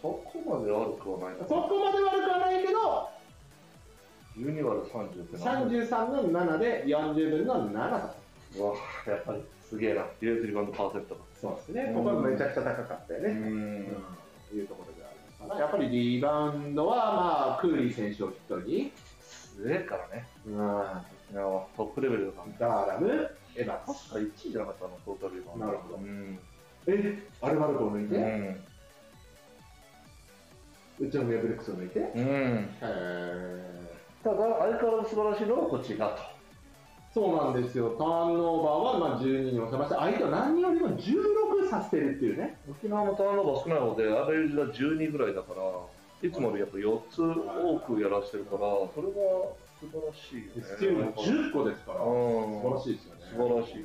Speaker 3: そこまで悪くはない
Speaker 2: そこまで悪くはないけど、
Speaker 3: 12割る30ってなんだ
Speaker 2: 33の7で40分の7と。
Speaker 3: うわやっぱりすげえなディフェンスリバウンドパーセントが
Speaker 2: そうですね、ここはめちゃくちゃ高かったよね。
Speaker 3: ん
Speaker 2: というところでありますかなやっぱりリバウンドは、まあ、クーリー選手を筆頭に、
Speaker 3: すげえからね
Speaker 2: うん、ダ
Speaker 3: 沖縄はトップレベルだから
Speaker 2: ーラム、エバス。
Speaker 3: 確か1位じゃなかったのトータルリバウンド
Speaker 2: なるほど
Speaker 3: うん
Speaker 2: え、アルバルクを抜いて、
Speaker 3: ん
Speaker 2: うちのミアブレックスを抜いて、
Speaker 3: うん
Speaker 2: え
Speaker 3: ただ相変わらず素晴らしいのはこっちがと
Speaker 2: ーそうなんですよ、ターンオーバーはまあ12に収まって、相手を何よりも16させてるっていうね、
Speaker 3: 沖縄のターンオーバー少ない方でアベレージが12ぐらいだからいつもよりやっぱ4つ多くやらしてるからそれは素晴らしいよね
Speaker 2: スチールも10個ですから、素晴ら
Speaker 3: 素
Speaker 2: しいですよね。
Speaker 3: 晴らしいね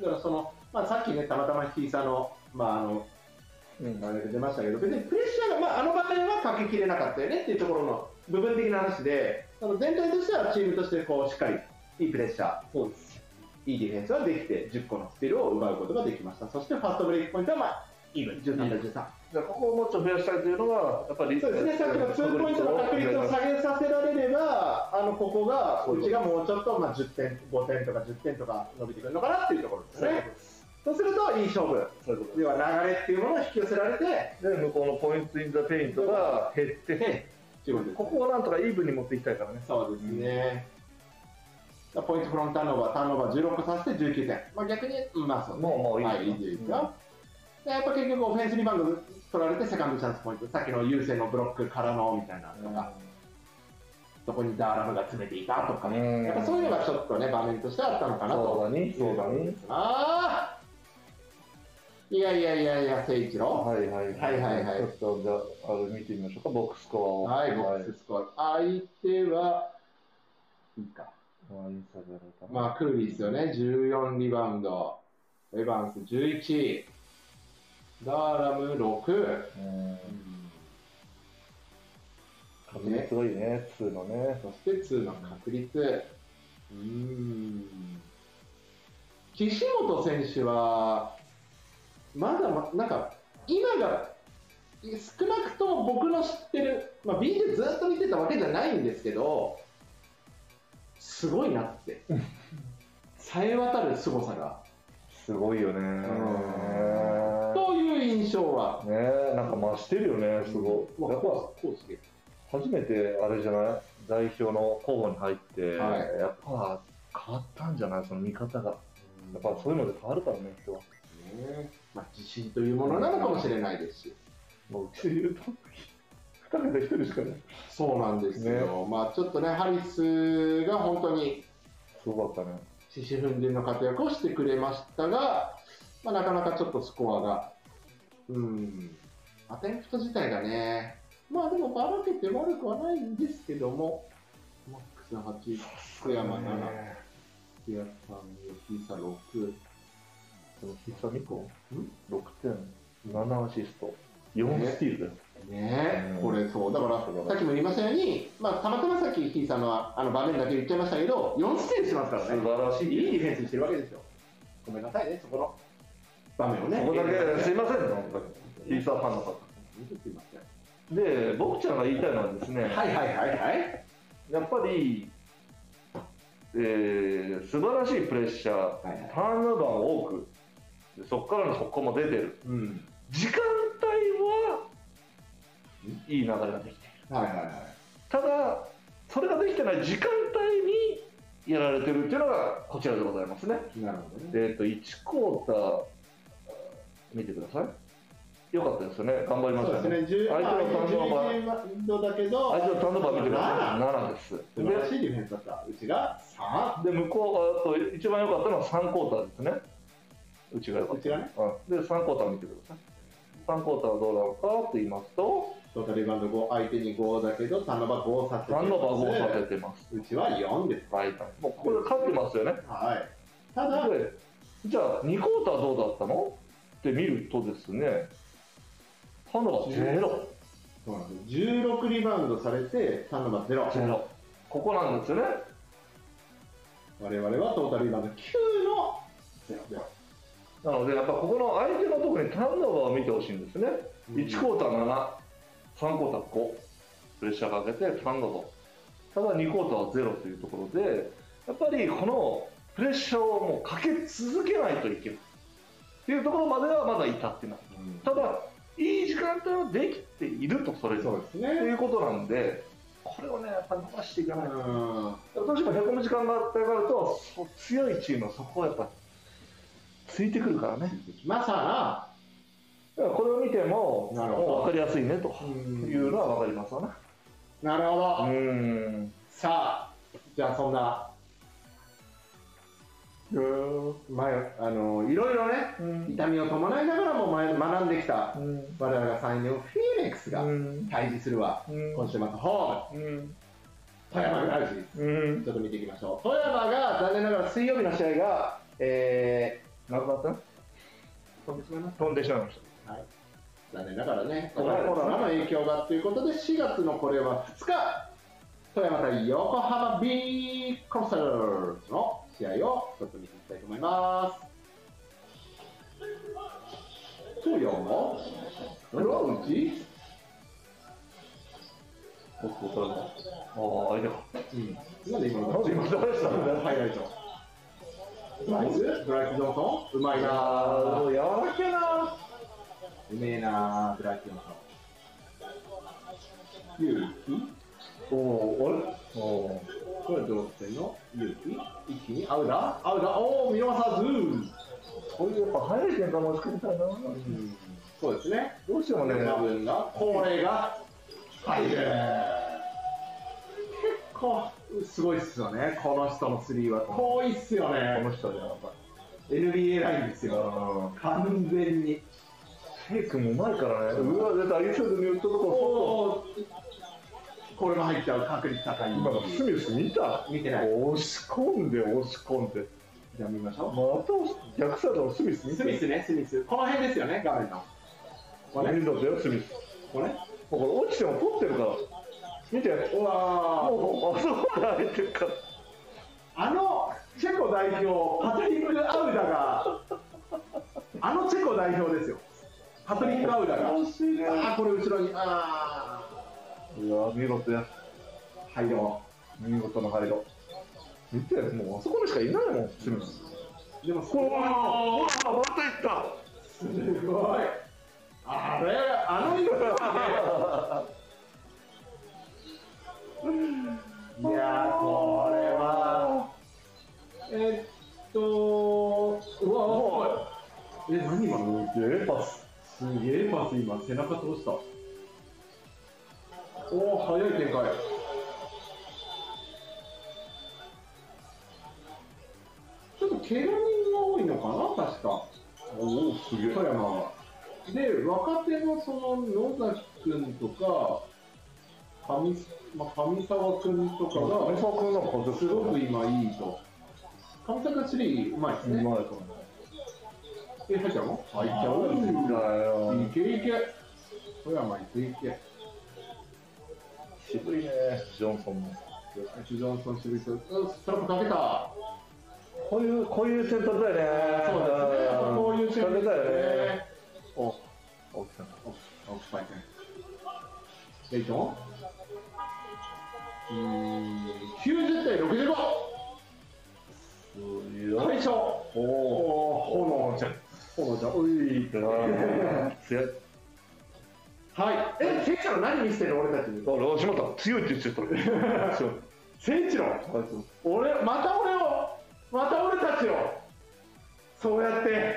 Speaker 2: だからその、まあ、さっきね、たまたまヒーサの、まああの、
Speaker 3: うん
Speaker 2: あれ出ましたけど、別にプレッシャーが、まあ、あの場面はかけきれなかったよねっていうところの部分的な話で、あの全体としてはチームとしてこうしっかりいいプレッシャー、そうですいいディフェンスはできて、10個のスティールを奪うことができました、そしてファーストブレイクポイントは、まあ、イーブン、13対13。
Speaker 3: じゃあここをもっと増やしたいというのはやっぱり
Speaker 2: そうですね、さっきのツーポイントの確率を下げさせられれば、あのここがうちがもうちょっと、まあ、10点、5点とか10点とか伸びてくるのかなっていうところです
Speaker 3: そういうこ
Speaker 2: ね。そうすると、いい勝負、
Speaker 3: そういうことで
Speaker 2: 要は流れっていうものを引き寄せられて、
Speaker 3: すで向こうのポイント・イン・ザ・ペイントが減って
Speaker 2: ということです
Speaker 3: ここをなんとかイーブンに持っていきたいからね
Speaker 2: そうですね。ポイントフロントターンオーバー、ターンオーバー16個させて19点。まあ逆に、うんまあそうね。
Speaker 3: もうもういい
Speaker 2: はい、いいですよ。でやっぱ結局オフェンスリバウンド取られてセカンドチャンスポイント。さっきの優勢のブロックからのみたいな
Speaker 3: う
Speaker 2: のと
Speaker 3: ん
Speaker 2: か、どこにダーラムが詰めていたとか、
Speaker 3: うん
Speaker 2: やっぱそういうのがちょっとね、場面としてはあったのかなと。
Speaker 3: そうだねそうだね
Speaker 2: ああいやいやいやいや、誠一郎。
Speaker 3: はいはい
Speaker 2: はいはいはい
Speaker 3: ちょっとじゃああれ見てみましょうかボックスコアを
Speaker 2: はい、ボックススコア。相手は、いいか。
Speaker 3: まあインサイドやられたな
Speaker 2: まあ、クーリーですよね、14リバウンド、エバンス11、ダーラム6、
Speaker 3: うん確率がいいね2のね
Speaker 2: そして2の確率、うーん、岸本選手は、まだまなんか、今が少なくとも僕の知ってる、まあ、B でずっと見てたわけじゃないんですけど、すごいなって、さえ渡る凄さが。
Speaker 3: すごいよね
Speaker 2: んという印象は、
Speaker 3: ねえなんか増してるよねすごい
Speaker 2: まあ
Speaker 3: やっぱ
Speaker 2: コースコースで
Speaker 3: 初めてあれじゃない代表の候補に入って、
Speaker 2: はい
Speaker 3: やっぱ変わったんじゃないその見方がやっぱそういうので変わるからね人は
Speaker 2: ねまあ、自信というものなのかもしれないですし、
Speaker 3: もううちで言うと2桁1人しかいない
Speaker 2: そうなんですよ、まあ、ちょっとね、ハリスが本当に
Speaker 3: すごかったね
Speaker 2: 獅子奮迅の活躍をしてくれましたが、まあ、なかなかちょっとスコアが、うん、アテンプト自体がね、まあでもばらけて悪くはないんですけども、マックス8、福山7、
Speaker 3: ね
Speaker 2: 福山3、吉井さ6、
Speaker 3: でも久美子
Speaker 2: ん
Speaker 3: 6点7アシスト4スティールだよ、
Speaker 2: ね
Speaker 3: うん
Speaker 2: これそうだからさっきも言いましたように、まあ、たまたまさっきヒーさんのあの場面だけ言っちゃいましたけど4ステージしますから
Speaker 3: 素
Speaker 2: ね
Speaker 3: 晴らし
Speaker 2: い
Speaker 3: い
Speaker 2: いディフェンスしてるわけですよごめんなさいねそこの場面をね
Speaker 3: ここだけすい
Speaker 2: ま
Speaker 3: ませんね本当にヒーサーファンの方
Speaker 2: すいません
Speaker 3: で僕ちゃんが言いたいのはですね、
Speaker 2: はいはいはいはい
Speaker 3: やっぱり、えー素晴らしいプレッシャー、
Speaker 2: はい
Speaker 3: ターンオーバーも多く、でそこからの速攻も出てる、
Speaker 2: うん
Speaker 3: 時間帯はいい流れができている、
Speaker 2: はいはいはい
Speaker 3: ただ、それができてない時間帯にやられてるっていうのがこちらでございますね。
Speaker 2: なるほどね
Speaker 3: えー、と1クォーターあー、見てください。よかったですよね、頑張りま
Speaker 2: そう
Speaker 3: し
Speaker 2: で
Speaker 3: た
Speaker 2: すね
Speaker 3: ね。
Speaker 2: 10
Speaker 3: 相手のターンオーバー、
Speaker 2: まあ11度だけど
Speaker 3: 相手のターンオーバー見てください、
Speaker 2: 7
Speaker 3: 7です。
Speaker 2: 素晴らしいディフェンスだったうちが3
Speaker 3: で向こうがあと一番良かったのは3クォーターですねうちが良かっ
Speaker 2: う
Speaker 3: た
Speaker 2: ちがね
Speaker 3: うん、で3クォーター見てください3クォーターはどうなのかと言いますと
Speaker 2: トータルリバウンド5相手に5だけどターンオーバー5させて
Speaker 3: 3のバグを
Speaker 2: さ
Speaker 3: 立
Speaker 2: せ
Speaker 3: ててます
Speaker 2: うちは4です
Speaker 3: はいもうこれ勝ってますよね
Speaker 2: はい。ただ、
Speaker 3: でじゃあ2クォーターどうだったのって見るとですねターンオーバーゼロ
Speaker 2: そうなんです16リバウンドされて、ターンオーバーゼロ。
Speaker 3: ゼロここなんですよね。
Speaker 2: 我々はトータル今の9の0で
Speaker 3: なので、やっぱここの相手のところにターンオーバーを見てほしいんですね。
Speaker 2: うん
Speaker 3: 1クォーター7、3クォーター5、プレッシャーかけてターンオーバー。ただ2クォーターは0というところで、やっぱりこのプレッシャーをもうかけ続けないといけない。っていうところまではまだ至ってない。ただ、いい時間帯はできていると、それぞ
Speaker 2: そ
Speaker 3: れ。
Speaker 2: うです
Speaker 3: とい
Speaker 2: ね
Speaker 3: うことなんで、これをね、やっぱ伸ばしていか
Speaker 2: う
Speaker 3: ないと。
Speaker 2: ん
Speaker 3: どうしてもへこむ時間があって上がると、そう強いチームはそこはやっぱ、ついてくるからね。
Speaker 2: まさ
Speaker 3: だからこれを見ても、
Speaker 2: なるほど
Speaker 3: もう分かりやすいねと
Speaker 2: ら
Speaker 3: いうのは分かりますわな。
Speaker 2: なるほど、
Speaker 3: うん。
Speaker 2: さあじゃあそんな
Speaker 3: うん。
Speaker 2: 前あのいろいろね
Speaker 3: うん。
Speaker 2: 痛みを伴いながらも前学んできた
Speaker 3: うん。
Speaker 2: 我々が3位のフィーレックスが
Speaker 3: うん。
Speaker 2: 対峙するは今週末ホーム
Speaker 3: うん。
Speaker 2: 富山グラウジーズ
Speaker 3: うん。
Speaker 2: ちょっと見ていきましょう富山が残念ながら水曜日の試合がえ
Speaker 3: なくなった
Speaker 2: ー飛んでしまいまし
Speaker 3: 飛んでしまいました
Speaker 2: はい残念ながらね
Speaker 3: そ
Speaker 2: コ
Speaker 3: うなんですね
Speaker 2: ロナの影響がということで4月のこれは2日富山対横浜 B コンサルの試合をちょっと見ていきたいと思います富山グラウジーズ
Speaker 3: た。僕、これも。ああ、相手か。
Speaker 2: うんなんで今
Speaker 3: なん
Speaker 2: の
Speaker 3: で今誰したんだよ。
Speaker 2: ハイライト。ドライブドライブ・ジョンソンうまいな
Speaker 3: ああ、も
Speaker 2: ぁ
Speaker 3: う柔らかいな。
Speaker 2: うめえなぁ、ドライブ・ジョンソン。ゆう
Speaker 3: おお、あれおお。
Speaker 2: きこれどうしてんのゆうき一気に合うだ合うだおお、見逃さずうん。
Speaker 3: こういうやっぱ早い展開も作りたいな。
Speaker 2: そうですね。
Speaker 3: どうしてもね、
Speaker 2: 多分が、これが入る。結構、すごいっすよね。この人のスリーは遠いっすよね。
Speaker 3: この人じゃやっぱ。
Speaker 2: NBA ラインです
Speaker 3: いや
Speaker 2: よ。
Speaker 3: ー
Speaker 2: 完全に。
Speaker 3: フェイクもうまいからね。うわ、出た、インサイドに打ったとこ、
Speaker 2: おーこれも入っちゃう確率高い
Speaker 3: 今のスミス見た
Speaker 2: 見てない
Speaker 3: 押し込んで、押し込んで。
Speaker 2: じゃあ見まし
Speaker 3: ま
Speaker 2: ょ
Speaker 3: た押し逆サイドのスミス
Speaker 2: う
Speaker 3: 見
Speaker 2: ス
Speaker 3: て。
Speaker 2: ミスねスミスこの辺ですよね画面のこれ
Speaker 3: 見るだよ、スミス。
Speaker 2: これ
Speaker 3: これ落ちても取ってるから。見て。
Speaker 2: うわー
Speaker 3: もう、あそこが入ってるから。
Speaker 2: あのチェコ代表パトリック・アウダがあのチェコ代表ですよパトリック・アウダが
Speaker 3: 惜しいね
Speaker 2: あーこれ後ろにあ
Speaker 3: いやー、見事や。
Speaker 2: あ入ろ
Speaker 3: 見事な入りだ。見て、もうあそこにしかいないもん、スミス。
Speaker 2: うでもそ
Speaker 3: こ
Speaker 2: れ
Speaker 3: れ
Speaker 2: は
Speaker 3: は、また行った。
Speaker 2: すごいあれあの色いやーこれはえっと、うわ、え、何今のすげえパス。すげえパス、今、背中通した。おお、早い展開。ちょっと怪我人が多いのかな、確か、
Speaker 3: おおすげえ
Speaker 2: 富山は。で、若手のその野崎君とか、上,、まあ、上沢君とかが、
Speaker 3: 上沢君なんか
Speaker 2: すごく今いいと。神坂スリーうまいですね。
Speaker 3: いと
Speaker 2: え、入っちゃうの入っちゃ
Speaker 3: んだよ
Speaker 2: ういけいけ。富山いけいけ。
Speaker 3: 渋いねジョンソンも
Speaker 2: ジョンソン渋い人。うんストラップかけた。
Speaker 3: こういうこういう選択だよね
Speaker 2: そうですね。こういうチーム
Speaker 3: 選択だよ
Speaker 2: よ
Speaker 3: ね
Speaker 2: ね。
Speaker 3: お青木さん
Speaker 2: オフサイド。レイトンうーん、90対65。快勝。
Speaker 3: おお炎ちゃん
Speaker 2: ほじゃ
Speaker 3: おい強い
Speaker 2: はい。え、聖地の何見せてる俺たちに。
Speaker 3: あれしまった強いって言ってた強い
Speaker 2: 聖地の
Speaker 3: あいつ
Speaker 2: 俺また俺をまた俺たちをそうやって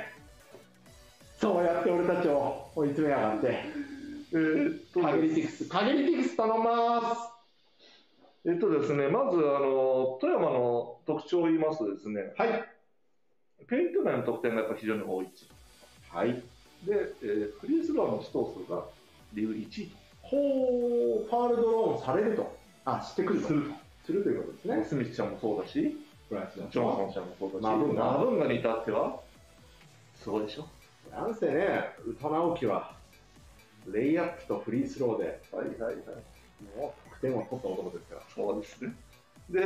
Speaker 2: そうやって俺たちを追い詰めやがって
Speaker 3: えーっと
Speaker 2: カゲリティクスカゲリティクス頼まーす
Speaker 3: えっとですねまずあの富山の特徴を言いますとですね
Speaker 2: はい
Speaker 3: ペイント内の得点がやっぱ非常に多い
Speaker 2: はい
Speaker 3: で、えーフリースローの指導数がリーグ1位と
Speaker 2: ほうファールドローンされるとあしてくると
Speaker 3: すると
Speaker 2: するということですね
Speaker 3: スミスちゃんもそうだし、ジ
Speaker 2: フランスの
Speaker 3: ョンソンちゃんもそうだし、
Speaker 2: マブンガ
Speaker 3: マブンガに至っては、すごいでしょ。
Speaker 2: なんせね宇都直樹はレイアップとフリースローで
Speaker 3: はいはいはい。
Speaker 2: もう得点を取った男ですから
Speaker 3: そうですね。で、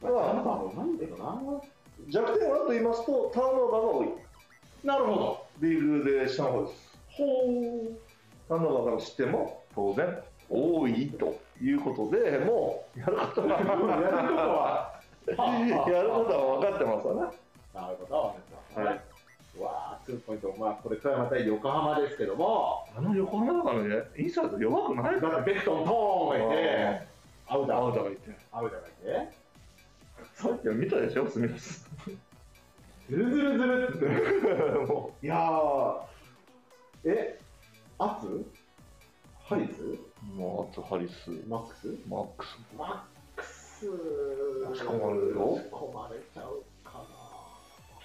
Speaker 3: ま
Speaker 2: まあ、
Speaker 3: あ、
Speaker 2: まあ、うまいんだよな。
Speaker 3: 弱点はと言いますと、ターンオーバーが多い。
Speaker 2: なるほど。
Speaker 3: リーグで下の方です。ほう。ターンオーバーから失点も当然多いということで、もうやる <laughs> ことは
Speaker 2: やることは <laughs>
Speaker 3: やることは分かってますわね。
Speaker 2: なるほど。わかりました
Speaker 3: はい。
Speaker 2: わあ、ツーポイント。まあ、これからまた横浜ですけども、
Speaker 3: あの横浜だからね、インサイド弱くない
Speaker 2: だからベクトンポーンがいて、アウダ
Speaker 3: 青
Speaker 2: ー、
Speaker 3: 田がいて。
Speaker 2: アウダーがいて、
Speaker 3: さっきは見たでしょ、すみませ
Speaker 2: ズルズルズルって。
Speaker 3: ん。 <laughs> も
Speaker 2: いやー、え、アツハリス
Speaker 3: う、もうあとハリス、
Speaker 2: マックス
Speaker 3: マックス。
Speaker 2: マックス
Speaker 3: 押し込まれるよ
Speaker 2: 押し込まれちゃうか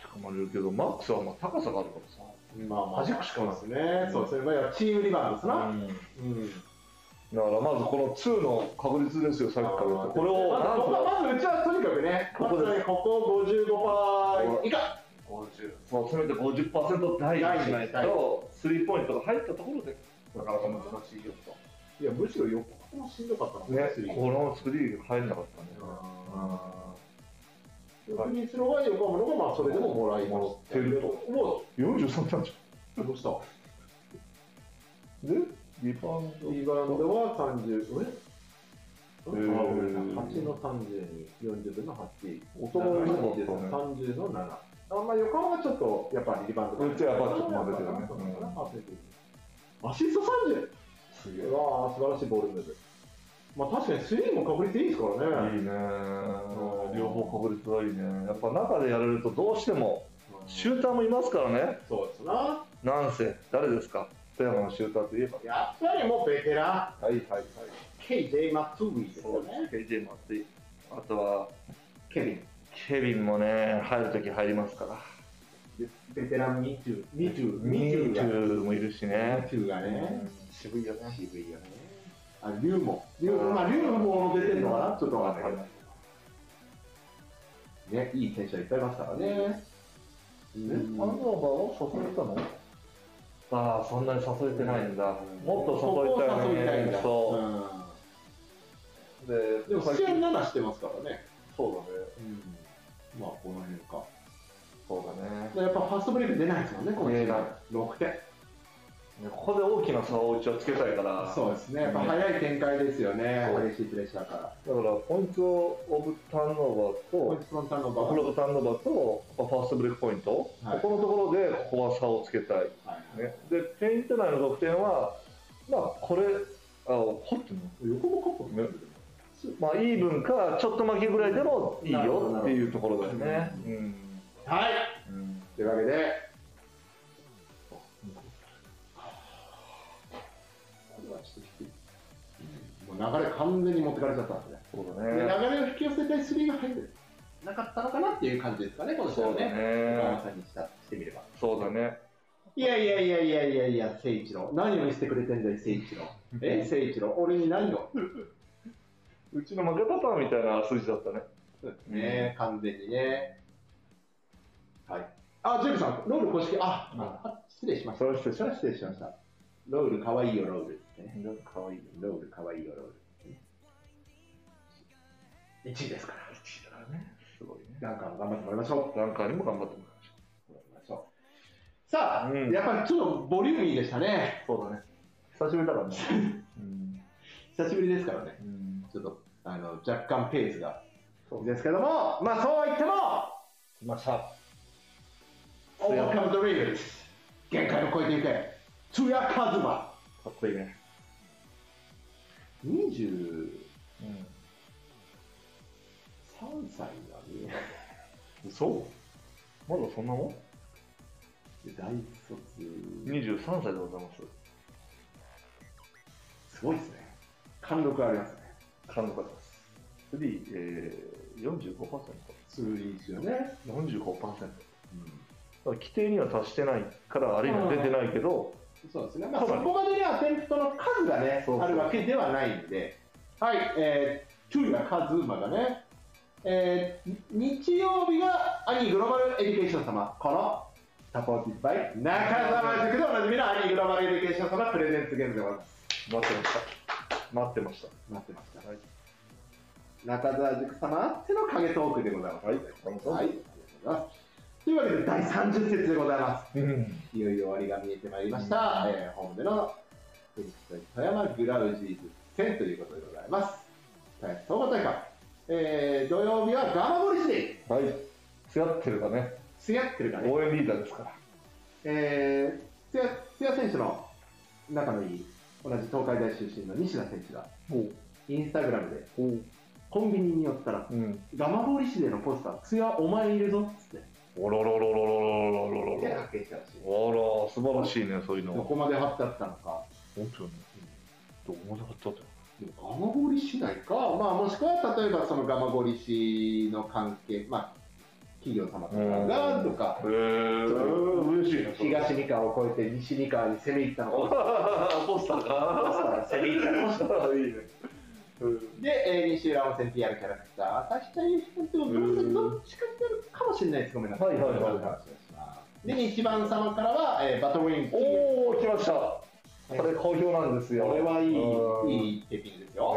Speaker 3: しかもあれるけど、マックスはまあ高さがあるからさ。
Speaker 2: なまあまあ
Speaker 3: 端っこしかない
Speaker 2: ですねそうそれはチームリバウンドですなうん
Speaker 3: だからまずこの2の確率ですよ、さっきから言った。これを
Speaker 2: ま
Speaker 3: なん
Speaker 2: ず
Speaker 3: と
Speaker 2: 僕はまずうちはとにかくね
Speaker 3: こ
Speaker 2: ま
Speaker 3: こです
Speaker 2: ずねここ55%以下
Speaker 3: そう、せめて50%台にしない
Speaker 2: 台
Speaker 3: と、スリーポイントが入ったところで、なかなか難しいよ
Speaker 2: いやむしろ横浜もしんどかった
Speaker 3: と。
Speaker 2: な
Speaker 3: ね
Speaker 2: スリ、ー
Speaker 3: このスリーが入んなかったね。
Speaker 2: 逆にスロバイ横浜の方がまあそれでももらいましたけど
Speaker 3: も
Speaker 2: も
Speaker 3: 43なんじ
Speaker 2: うどうした
Speaker 3: ゃん。で、リバウンド。
Speaker 2: リバウンドは30え
Speaker 3: えー
Speaker 2: 8の30に40分の8、
Speaker 3: お
Speaker 2: その
Speaker 3: 互い良かったね
Speaker 2: 30の7。あんま横浜はちょっとやっぱりリバウンド
Speaker 3: うんちょっとやっぱちょっと混ぜてるね
Speaker 2: アシスト
Speaker 3: すげ
Speaker 2: 30! うわー素晴らしいボールムーブ。まあ確かにスリーも確率いいですからね。
Speaker 3: いいねー両方確率がいいね。やっぱ中でやられるとどうしても、シューターもいますからね。
Speaker 2: そうですな。
Speaker 3: なんせ、誰ですか富山のシューターといえば。
Speaker 2: やっぱりもうベテラ
Speaker 3: はいはいはい。
Speaker 2: ン、KJ マツウィです
Speaker 3: そ
Speaker 2: よ
Speaker 3: う
Speaker 2: ね。
Speaker 3: ですね、KJ もあって、あとは、
Speaker 2: ケビン。
Speaker 3: ケビンもね、入るとき入りますから。
Speaker 2: ベテラン20、20、
Speaker 3: ミ
Speaker 2: 20
Speaker 3: ーチ
Speaker 2: が。
Speaker 3: ューもいるしね。
Speaker 2: 20がね。
Speaker 3: 渋いよね。
Speaker 2: 渋いよね。あ、龍も。龍も、まあ、龍の方も出てるのかなちょっとわかんないけど。ね、いい選手はいっぱいいますからね。
Speaker 3: え、アンバーを誘えたのああ、そんなに誘えてないんだ。もっと誘いたい
Speaker 2: ここを誘いたいんだ。
Speaker 3: そうう。で
Speaker 2: ん。でも、
Speaker 3: さっき
Speaker 2: 試合7してますからね。
Speaker 3: そうだね。
Speaker 2: まあ、この辺か。
Speaker 3: そうだね。
Speaker 2: やっぱファーストブレイク出ないですもんね、この試
Speaker 3: 出ない
Speaker 2: 合。6点。
Speaker 3: ねここで大きな差をうちはつけたいから。
Speaker 2: そうですね。やっぱ早い展開ですよね
Speaker 3: そう。
Speaker 2: 激しいプレッシャーから。
Speaker 3: だから、ポイントオブターンオー
Speaker 2: こ
Speaker 3: バ
Speaker 2: い
Speaker 3: ーと、
Speaker 2: つのターンオーバ
Speaker 3: オ
Speaker 2: ー
Speaker 3: フロードターンオーバーと、ファーストブレイクポイント、
Speaker 2: はい
Speaker 3: ここのところで、ここは差をつけたい。
Speaker 2: はい
Speaker 3: ね、で、ペイント内の得点は、まあ、これ、あ、掘ってんの
Speaker 2: 横もカップ
Speaker 3: ねまあ、イーブンか、ちょっと負けぐらいでもいいよっていうところだよね。うん。
Speaker 2: はい。
Speaker 3: うん。
Speaker 2: というわけで、これはちょっと低い。もう流れ完全に持ってかれちゃったんですね。
Speaker 3: そう
Speaker 2: で
Speaker 3: だ
Speaker 2: 流
Speaker 3: ね。
Speaker 2: れを引き寄せたいスリーが入るなかったのかなっていう感じですかね、この試合
Speaker 3: そ
Speaker 2: は
Speaker 3: うだ
Speaker 2: ね。
Speaker 3: ね。
Speaker 2: さんにしたしてみれば。
Speaker 3: そうだね。
Speaker 2: いやいやいやいやいやいや、誠一郎。何を見せてくれてんだい、誠一郎。え、誠一郎、俺に何を。
Speaker 3: うちの負けパターンみたいな数字だったね。
Speaker 2: そうですね、完全にね。はい。あ、ジェイクさん、ロール公式、あ、あ失礼しました。
Speaker 3: そうして
Speaker 2: それは失礼しました。ロールかわいいよ、ロールですね。
Speaker 3: かわいい。
Speaker 2: ロールかわいいよ、ロールですね。1位ですから。
Speaker 3: ね。すごいね。
Speaker 2: なんか頑張ってもらいましょ
Speaker 3: ランカーにも頑張ってもらいまし
Speaker 2: う。頑張りましょうさあ、
Speaker 3: うん
Speaker 2: やっぱりちょっとボリューミーでしたね。
Speaker 3: ょう。そうだね。久しぶりだからね。うん。
Speaker 2: 久しぶりですからね。
Speaker 3: うん。
Speaker 2: ちょっと、あの、若干ペースが。ですけども、まあそうは言っても、
Speaker 3: 来ました。
Speaker 2: オーバーカムドリーム限界を超えていけ。ツヤカズマ。
Speaker 3: かっこいいね。
Speaker 2: 23
Speaker 3: うん。
Speaker 2: 歳だね。
Speaker 3: 嘘まだそんなも
Speaker 2: 大
Speaker 3: ん
Speaker 2: 卒。
Speaker 3: ?23 歳でございます。
Speaker 2: すごいですね。貫禄ありますね。
Speaker 3: カンカです。スリー、えー、45%。
Speaker 2: すごいですよね。
Speaker 3: 45%。規定には達してないから、ある意味出てないけど、
Speaker 2: そうですね。まあ、
Speaker 3: そう
Speaker 2: そ
Speaker 3: だね
Speaker 2: こまでね、アテンプトの数がね、
Speaker 3: そうそ
Speaker 2: あ
Speaker 3: う
Speaker 2: るわけではないんで、はい、えー、トゥーラ・カズーマがね、えー、に日曜日がアニーグローバルエデュケーション様、このサポーティッドバイ、中澤塾でおなじみのアニーグローバルエデュケーション様プレゼンツゲームでございます。
Speaker 3: 待ってました。待ってました。
Speaker 2: 待ってました。
Speaker 3: はい
Speaker 2: 中澤塾様あっての影トークでございます。
Speaker 3: はい
Speaker 2: はい。ありがとうございます。というわけで、第30節でございます。
Speaker 3: うん。
Speaker 2: いよいよ終わりが見えてまいりました。
Speaker 3: うん
Speaker 2: えー、本での、フェニックス対富山グラウジーズ戦ということでございます。大変総合大会。えー、土曜日はガマゴリ市で、
Speaker 3: はい。つやってるかね。
Speaker 2: つやってるかね。
Speaker 3: 応援リーダーですから。
Speaker 2: えー、つや、つや選手の仲のいい、同じ東海大出身の西田選手が、
Speaker 3: おう。
Speaker 2: インスタグラムで、
Speaker 3: おう。
Speaker 2: コンビニに寄ったら、
Speaker 3: うん。
Speaker 2: ガマゴリ市でのポスター、つやお前いるぞっつって、
Speaker 3: おろろろろろろろろろ
Speaker 2: で
Speaker 3: ろ。
Speaker 2: 発見したらしい。
Speaker 3: あら、素晴らしいね、そういう
Speaker 2: ど
Speaker 3: のは。
Speaker 2: こまで貼ってあったのか。
Speaker 3: 本当に。どう思わなかったって。
Speaker 2: でも蒲郡市内か、まあ、もしくは例えばその蒲郡市の関係、まあ、企業様とかがとか、
Speaker 3: へえ。嬉しいね。それ
Speaker 2: 東三河を越えて西三河に攻め入ったのか、
Speaker 3: ポスターが。
Speaker 2: 攻め入ったのか。
Speaker 3: いいね。
Speaker 2: <laughs> で、えー、西浦温泉 PR キャラクター、朝日大由紀ってど
Speaker 3: うん
Speaker 2: どっちかになるかもしれないです、ごめんなさい。
Speaker 3: はいはいはい
Speaker 2: そうう話をしますで、1番様からは、えーバトルウィンキー。
Speaker 3: おお、来ました。こ
Speaker 2: え
Speaker 3: れ好評なんですよ。
Speaker 2: これはい
Speaker 3: うん
Speaker 2: い、いいテーピングですよ。は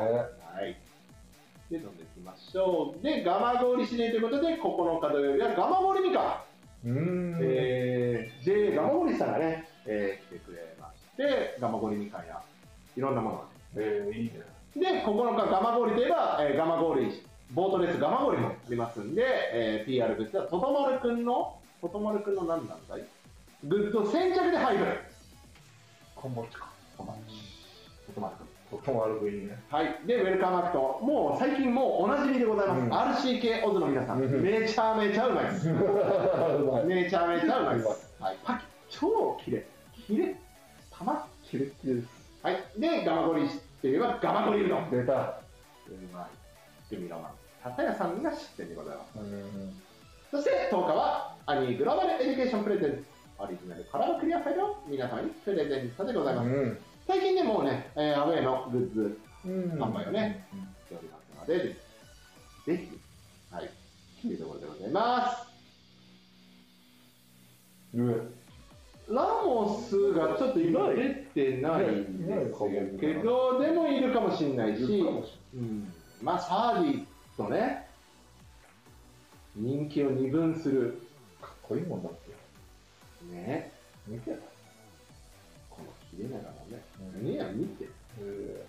Speaker 2: い。で、飲んでいきましょう。で、ガマゴリ指令ということで、9日土曜日はガマゴリミカ。
Speaker 3: ね。うん。
Speaker 2: えー、J ガマゴリさんがね、えー来てくれまして、ガマゴリミカや、いろんなものが
Speaker 3: えー、いいね。
Speaker 2: ね。で、9日ガマゴリといえば、えーガマゴリ、ボートレースガマゴリも出ますんで、えー PR グッズは、ととまるくんの、ととまるくんの何なんだいグッズ先着で入る。
Speaker 3: こんばんちか。
Speaker 2: ととまるくん。ととまるくん。
Speaker 3: とっても悪くいいね。
Speaker 2: はい、でウェルカムアクト、もう最近もうおなじみでござい
Speaker 3: うん
Speaker 2: ます、RCK オズの皆さん、
Speaker 3: うん
Speaker 2: めちゃめちゃうまいです、
Speaker 3: うまい。
Speaker 2: めちゃめちゃうまいです、はい、パキ、超キレ、キレ、玉、キレキレです、はい、で、ガマゴリっていえば、ガマゴリうどん、う
Speaker 3: 出た。
Speaker 2: まい、グミロマン、片屋さんが知ってるでございます、
Speaker 3: うん。
Speaker 2: そして10日は、アニーグローバルエデュケーションプレゼンツ、オリジナルカラークリアファイルを皆様にプレゼントでございます、最近でもうね、えーアウェイのグッズ、
Speaker 3: うん。
Speaker 2: 乾杯よね。しておりますので、ぜひ、はい、というところでございます。
Speaker 3: うん。
Speaker 2: ラモスがちょっと今
Speaker 3: いな
Speaker 2: 出てないんですけど、でもいるかもしれないし、うん、まあ、サーディとね、人気を二分する、
Speaker 3: かっこいいもんだって。
Speaker 2: ね、
Speaker 3: 見て
Speaker 2: この切れながらね、
Speaker 3: うん
Speaker 2: ねや、見て、
Speaker 3: え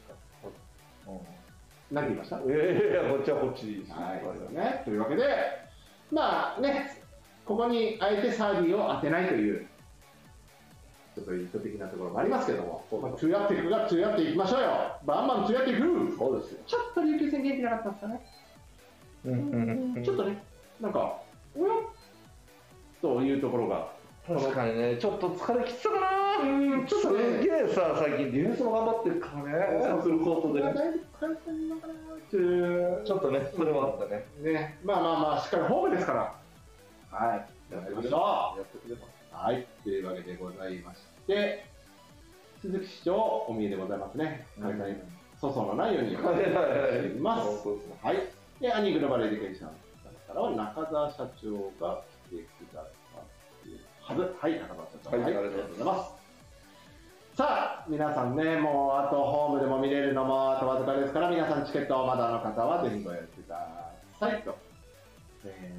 Speaker 2: 何言いました
Speaker 3: えー、こっちはこっちでいいです
Speaker 2: はい、そうですね。というわけで、まあね、ここにあえてサーディを当てないという、ちょっと意図的なところもありますけども、まあ、ツーやっていくが、ツーやっていきましょうよ。バンバンツーやっていく
Speaker 3: そうですよ。
Speaker 2: ちょっと琉球戦元気なかったんですかね。
Speaker 3: うん
Speaker 2: ちょっとね、なんか、おやというところが、
Speaker 3: 確かにね、ちょっと疲れきってたかな
Speaker 2: うんちょっとね
Speaker 3: すげえさ、最近ディフェンスも頑張ってるからね。そうすることで
Speaker 2: だい
Speaker 3: ね
Speaker 2: ぶ。疲れてるのかなっていう
Speaker 3: ちょっとね、それはあったね。
Speaker 2: ね、まあまあまあ、しっかりホームですから。はい。やっていきましょう。
Speaker 3: やってくれば。
Speaker 2: はい、というわけでございまして、鈴木市長、お見えでございますね。開催、粗相のないようにお願いします。はい。で、アニグルバレエデュケーションさんからは中澤社長が来てくださっているはず。はい、中澤社長。。
Speaker 3: はいありがとうございます
Speaker 2: さあ、皆さんね、もうあとホームでも見れるのもあとわずかですから、皆さんチケットをまだの方はぜひご予約くださいと。え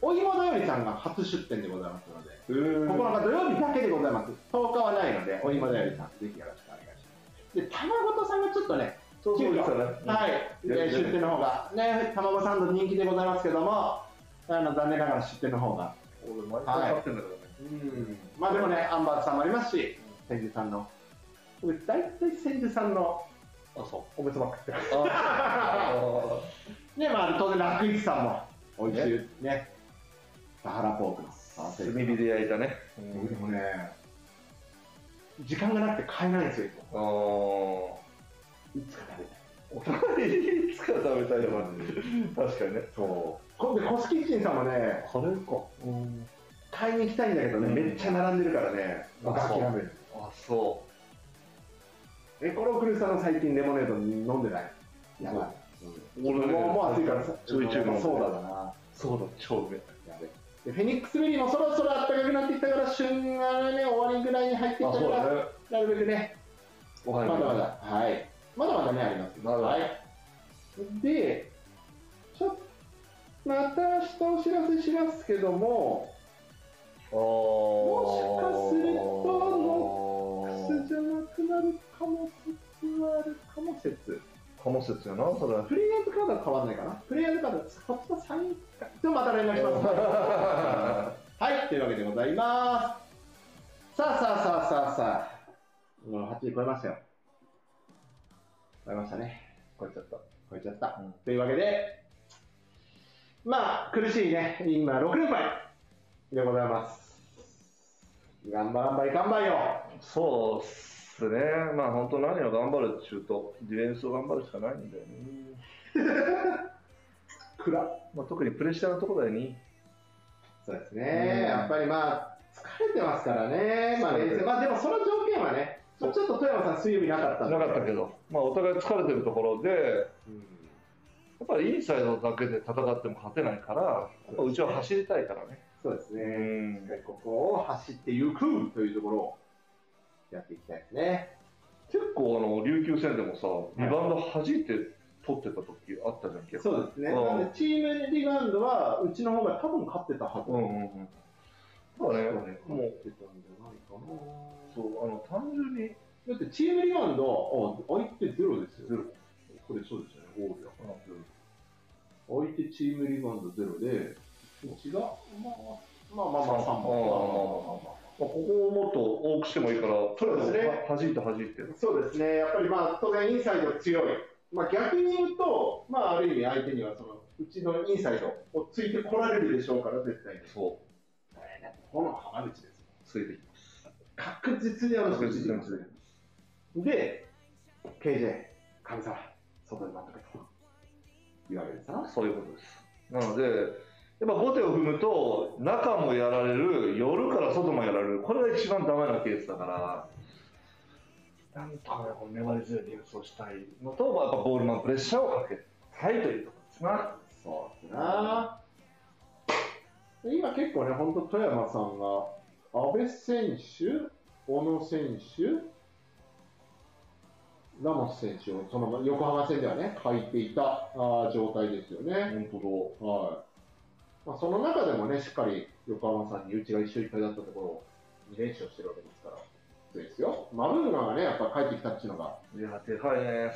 Speaker 2: ー、お芋だよりさんが初出店でございますので、
Speaker 3: うん
Speaker 2: 9日土曜日だけでございます。10日はないので、お芋だよりさん、ぜひよろしくお願いします。で、卵とさんがちょっとね、
Speaker 3: そうそうでしたね。
Speaker 2: はい、
Speaker 3: や
Speaker 2: で
Speaker 3: りづらい
Speaker 2: 出店の方が、ね、卵サンド人気でございますけども、あの残念ながら出店の方が、
Speaker 3: 俺、毎回買ってんだけどね。
Speaker 2: うん、まあでもね、アンバーズさんもありますし、千住さんの、僕、大体千住さんの
Speaker 3: あ、そ
Speaker 2: おむつばっかり食って
Speaker 3: う。あ
Speaker 2: ますね、まあ、当然、楽市さんも、美味しいね、サハラポークの合わ
Speaker 3: あ。
Speaker 2: せ
Speaker 3: <laughs> 炭
Speaker 2: る
Speaker 3: 火で焼いたね。
Speaker 2: 僕でもね、時間がなくて買えないんですよ、いつも
Speaker 3: ああ。
Speaker 2: いつか食べたい。
Speaker 3: いつか食べたいよ、マジで確かにね。
Speaker 2: そう今度コスキッチンさんもね
Speaker 3: カレーか。うん。
Speaker 2: 買いに行きたいんだけどね、
Speaker 3: うん
Speaker 2: めっちゃ並んでるからね
Speaker 3: あ
Speaker 2: 諦
Speaker 3: そう
Speaker 2: める
Speaker 3: あ、そ
Speaker 2: エコロクルさんの最近レモネード飲んでないやば
Speaker 3: う。
Speaker 2: いもうもう暑いからさ
Speaker 3: ちょいちょい飲んで
Speaker 2: そうだな
Speaker 3: そうだ、超うめえ。
Speaker 2: やべでフェニックスベリーもそろそろ暖かくなってきたから旬がね終わりぐらいに入ってきたから、
Speaker 3: ね。
Speaker 2: なるべくね
Speaker 3: お
Speaker 2: まだ
Speaker 3: 金
Speaker 2: まだはいまだまだねあります
Speaker 3: まだまだ
Speaker 2: はいでまた明日お知らせしますけども、
Speaker 3: も
Speaker 2: もしかすると靴じゃなくなるかも説はあるかも説。
Speaker 3: かも説やな、それ。
Speaker 2: <laughs> プレイヤーズカードは変わらないかな。プレイヤーズカードは使った3回。じゃあまた連絡します。はい、というわけでございます。さあさあさあさあさあ。もう8時超えましたよ。超えましたね。超えちゃった。超えちゃった。
Speaker 3: うん
Speaker 2: というわけで、まあ、苦しいね。今、6連敗でございます。頑張頑張り頑張りよ。
Speaker 3: そうっすね、まあ本当何を頑張るっちゅうと、ディフェンスを頑張るしかないんだよね。
Speaker 2: 暗
Speaker 3: まあ、特にプレッシャーのところだよね。
Speaker 2: そうです
Speaker 3: う
Speaker 2: ね
Speaker 3: ん。
Speaker 2: やっぱりまあ、疲れてますからね。まあ、
Speaker 3: そう
Speaker 2: 冷
Speaker 3: です
Speaker 2: 静。まあ、でもその条件はね、まあちょっと富山さん、水曜日なかった
Speaker 3: なん
Speaker 2: で
Speaker 3: かったけど、まあお互い疲れてるところで、や
Speaker 2: うん
Speaker 3: っぱりインサイドだけで戦っても勝てないから、やっぱうちは走りたいからね。
Speaker 2: そうです
Speaker 3: う
Speaker 2: ね。
Speaker 3: ん
Speaker 2: しっかりここを走っていくというところをやっていきたいですね。
Speaker 3: 結構あの琉球戦でもさ、リバウンド弾いて取ってた時あったじゃんけ。
Speaker 2: そうですね。
Speaker 3: うん
Speaker 2: なんでチームリバウンドは、うちの方が多分勝ってたはず。
Speaker 3: うんうんうん。まあね、
Speaker 2: もう、
Speaker 3: もう
Speaker 2: てたんじゃないか
Speaker 3: そ
Speaker 2: な
Speaker 3: う、あの単純に、
Speaker 2: だってチームリバウンド、お相手ゼロですよ。
Speaker 3: ゼロ
Speaker 2: これそうですよね、ゴールだから。相手チームリバウンドゼロで、うちが、まあ、まあまあまあ、3
Speaker 3: まあまあまあまあ、ここをもっと多くしてもいいから、とりあえ
Speaker 2: そう
Speaker 3: ず
Speaker 2: ですね
Speaker 3: は弾いて弾いて。
Speaker 2: そうですね、やっぱりまあ当然、インサイド強い、まあ、逆に言うと、まあ、ある意味、相手にはそのうちのインサイドをついてこられるでしょうから、絶対に。
Speaker 3: そう、
Speaker 2: この浜口ですよ。
Speaker 3: ついてきて。
Speaker 2: 確実にあの人ついてますね。で、KJ、神様、外で待ってくれと言われるさ。
Speaker 3: そういうことです。なので、やっぱ後手を踏むと、中もやられる、夜から外もやられる、これが一番ダメなケースだから、なんとかね、この粘り強いディフェンスをしたいのと、まあやっぱボールマンプレッシャーをかけたいというところですな。
Speaker 2: そうですな。今結構ね、本当富山さんが、阿部選手、小野選手、ラモス選手をその横浜戦ではね、書いていたあー状態ですよね。
Speaker 3: 本当
Speaker 2: はい。まあ、その中でもね、しっかり横浜さんにうちが一勝一敗だったところを2連勝してるわけですから、そうですよ。マブンガがね、やっぱ帰ってきたっていうのが、
Speaker 3: だ。いや、でかいね。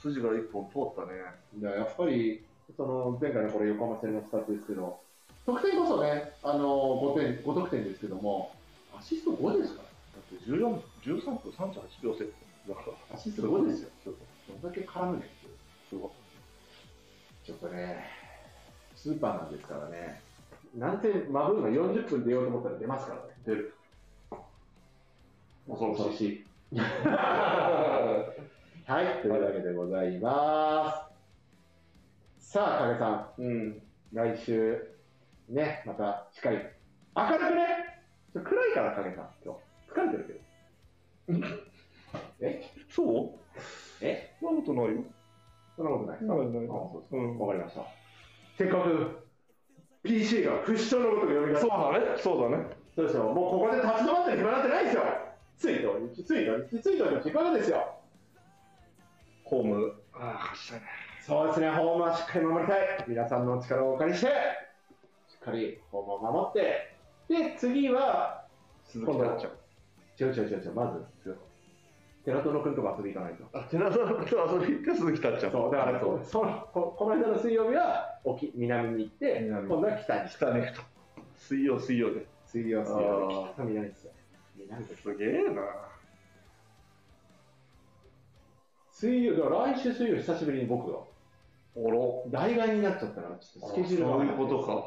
Speaker 3: 筋から一本通ったね。
Speaker 2: でやっぱり、その前回のこれ横浜戦のスタートですけど、得点こそね、あの5点、5得点ですけども、アシスト5ですから、
Speaker 3: だって14分、13分38秒セット。だから、
Speaker 2: アシスト5ですよ。
Speaker 3: ちょっ
Speaker 2: どんだけ絡むねんっていう
Speaker 3: とすごい。
Speaker 2: ちょっとね、スーパーなんですからね、なんてマブーンが40分出ようと思ったら出ますからね。
Speaker 3: 出る。恐ろしい。
Speaker 2: しい。はい、というわけでございます。さあ、影さん、
Speaker 3: うん。
Speaker 2: 来週、ね、また、しっかり、明るくねちょ暗いから、影さん、今日。疲れてるけど。
Speaker 3: <laughs> そう
Speaker 2: え
Speaker 3: そんなことないよ。
Speaker 2: そんなことないですか
Speaker 3: ないないない
Speaker 2: あそう
Speaker 3: う
Speaker 2: そ
Speaker 3: ん
Speaker 2: うわかりました。せっかく、PC が不死鳥のことが呼び出
Speaker 3: そ
Speaker 2: し
Speaker 3: う
Speaker 2: た。
Speaker 3: だね、そうだね。
Speaker 2: そうですよ。もうここで立ち止まってる暇なんてないですよ。ついており、ついており、ついておりの時間ですよ。
Speaker 3: ホーム、ああ、勝ちたいね。
Speaker 2: そうですね、ホームはしっかり守りたい。皆さんのお力をお借りして、しっかりホームを守って、で、次は、
Speaker 3: 鈴木たっちゃん。
Speaker 2: 違う違う違う違う、まず、寺殿君とか遊び行かないと。
Speaker 3: あ、寺田と遊び行って鈴木たっちゃん。
Speaker 2: そう、だから
Speaker 3: そ。
Speaker 2: そうそのこ、この間の水曜日は沖、南に行って、
Speaker 3: 南
Speaker 2: 今度は北に。
Speaker 3: 来たねと。水曜、水曜で。
Speaker 2: 水曜、水
Speaker 3: あ
Speaker 2: 曜
Speaker 3: ー、
Speaker 2: 北と南ですよ。南です。
Speaker 3: すげえな。
Speaker 2: 水曜、だから来週水曜、久しぶりに僕が、
Speaker 3: おろ。
Speaker 2: 代替になっちゃったから、ちょっとスケジュールが合わ
Speaker 3: そう
Speaker 2: な
Speaker 3: いうこと
Speaker 2: です。
Speaker 3: か。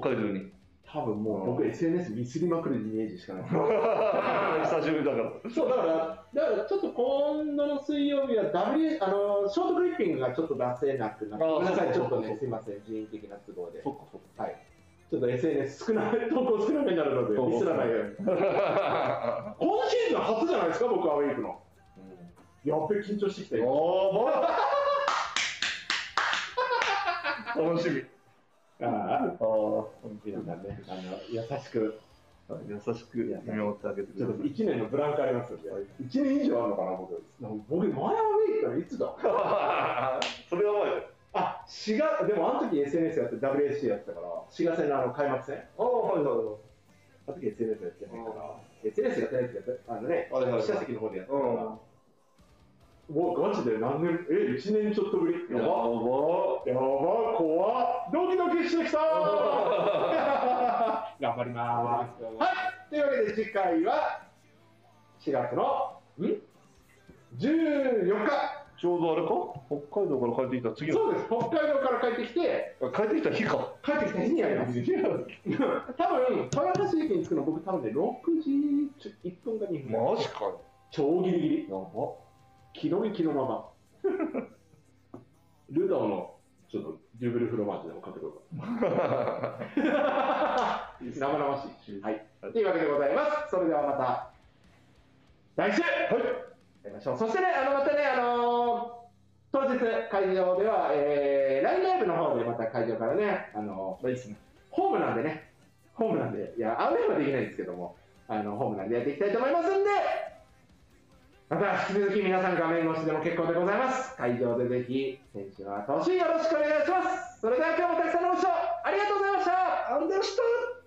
Speaker 3: 北
Speaker 2: <laughs>
Speaker 3: 海道に。
Speaker 2: 多分もう僕、SNS ミスりまくるイメージしかない。
Speaker 3: 久しぶりだから。
Speaker 2: そうだから、だからちょっと今度の水曜日は W あのショートクリッピングがちょっと出せなくなって、
Speaker 3: あー
Speaker 2: ごめんなさい、ち
Speaker 3: そ
Speaker 2: ょ
Speaker 3: う
Speaker 2: っ
Speaker 3: か
Speaker 2: と
Speaker 3: そう
Speaker 2: ね、
Speaker 3: か
Speaker 2: すいません、人為的な都合で、
Speaker 3: そっかそっ
Speaker 2: はい、ちょっと SNS 少なめ、投稿少なめになるので、ミスらないように。
Speaker 3: か。
Speaker 2: 今シーズン初じゃないですか、僕、アウェイ行くの。やっべ、緊張してきたよ。
Speaker 3: <laughs> おー、ば楽しみ。
Speaker 2: ああ、
Speaker 3: ああ。
Speaker 2: 皆さんね、あの優しく、
Speaker 3: 優しく見守ってあげてく
Speaker 2: ち
Speaker 3: だ
Speaker 2: ょ
Speaker 3: さ
Speaker 2: っと1年のブランクありますんで、
Speaker 3: はい
Speaker 2: 1年以上あるのかな、僕、なんか僕、前アウェイ行ったのいつだ
Speaker 3: <laughs> い。それは
Speaker 2: あ、4滋賀、でもあの時 SNS やって、WAC やってたから、滋賀戦のあの開幕戦、
Speaker 4: ああ、はいはいは
Speaker 2: あの時 SNS やってないか
Speaker 4: あ
Speaker 2: ら、SNS やってないってやつあのね、
Speaker 4: はいはいはい
Speaker 2: 下関の方でやってたから、
Speaker 4: うん
Speaker 2: もうガチで何年、え、1年ちょっとぶり。やばやば怖っドキドキしてきた
Speaker 4: <laughs>
Speaker 2: <laughs> 頑張ります。はい、というわけで次回は4月のん14日
Speaker 3: ちょうどあれか北海道から帰ってきた次の
Speaker 2: そうです北海道から帰ってきて
Speaker 3: 帰ってきた日か
Speaker 2: 帰ってきた日にやります多分豊橋駅に着くの僕多分ね6時1分か2分、
Speaker 3: マジかよ
Speaker 2: 超ギリギリ
Speaker 3: やば
Speaker 2: 気の身気のまま <laughs> ルドーのちょっとデュブルフロマージュでも買ってこようか <laughs> 生々しい。はい。というわけでございます。それではまた、来週やりましょう。そしてね、あの、またね、あのー当日、会場では、えー、ラインライブの方でまた会場からね、あのーホームなんでね、ホームなんで、いや、アウェイはできないんですけども、あの、ホームなんでやっていきたいと思いますんで、また引き続き皆さん画面越しでも結構でございます。会場でぜひ、選手の後押しよろしくお願いします。それでは今日もたくさんのご視聴ありがとうございました。ありがとうございました。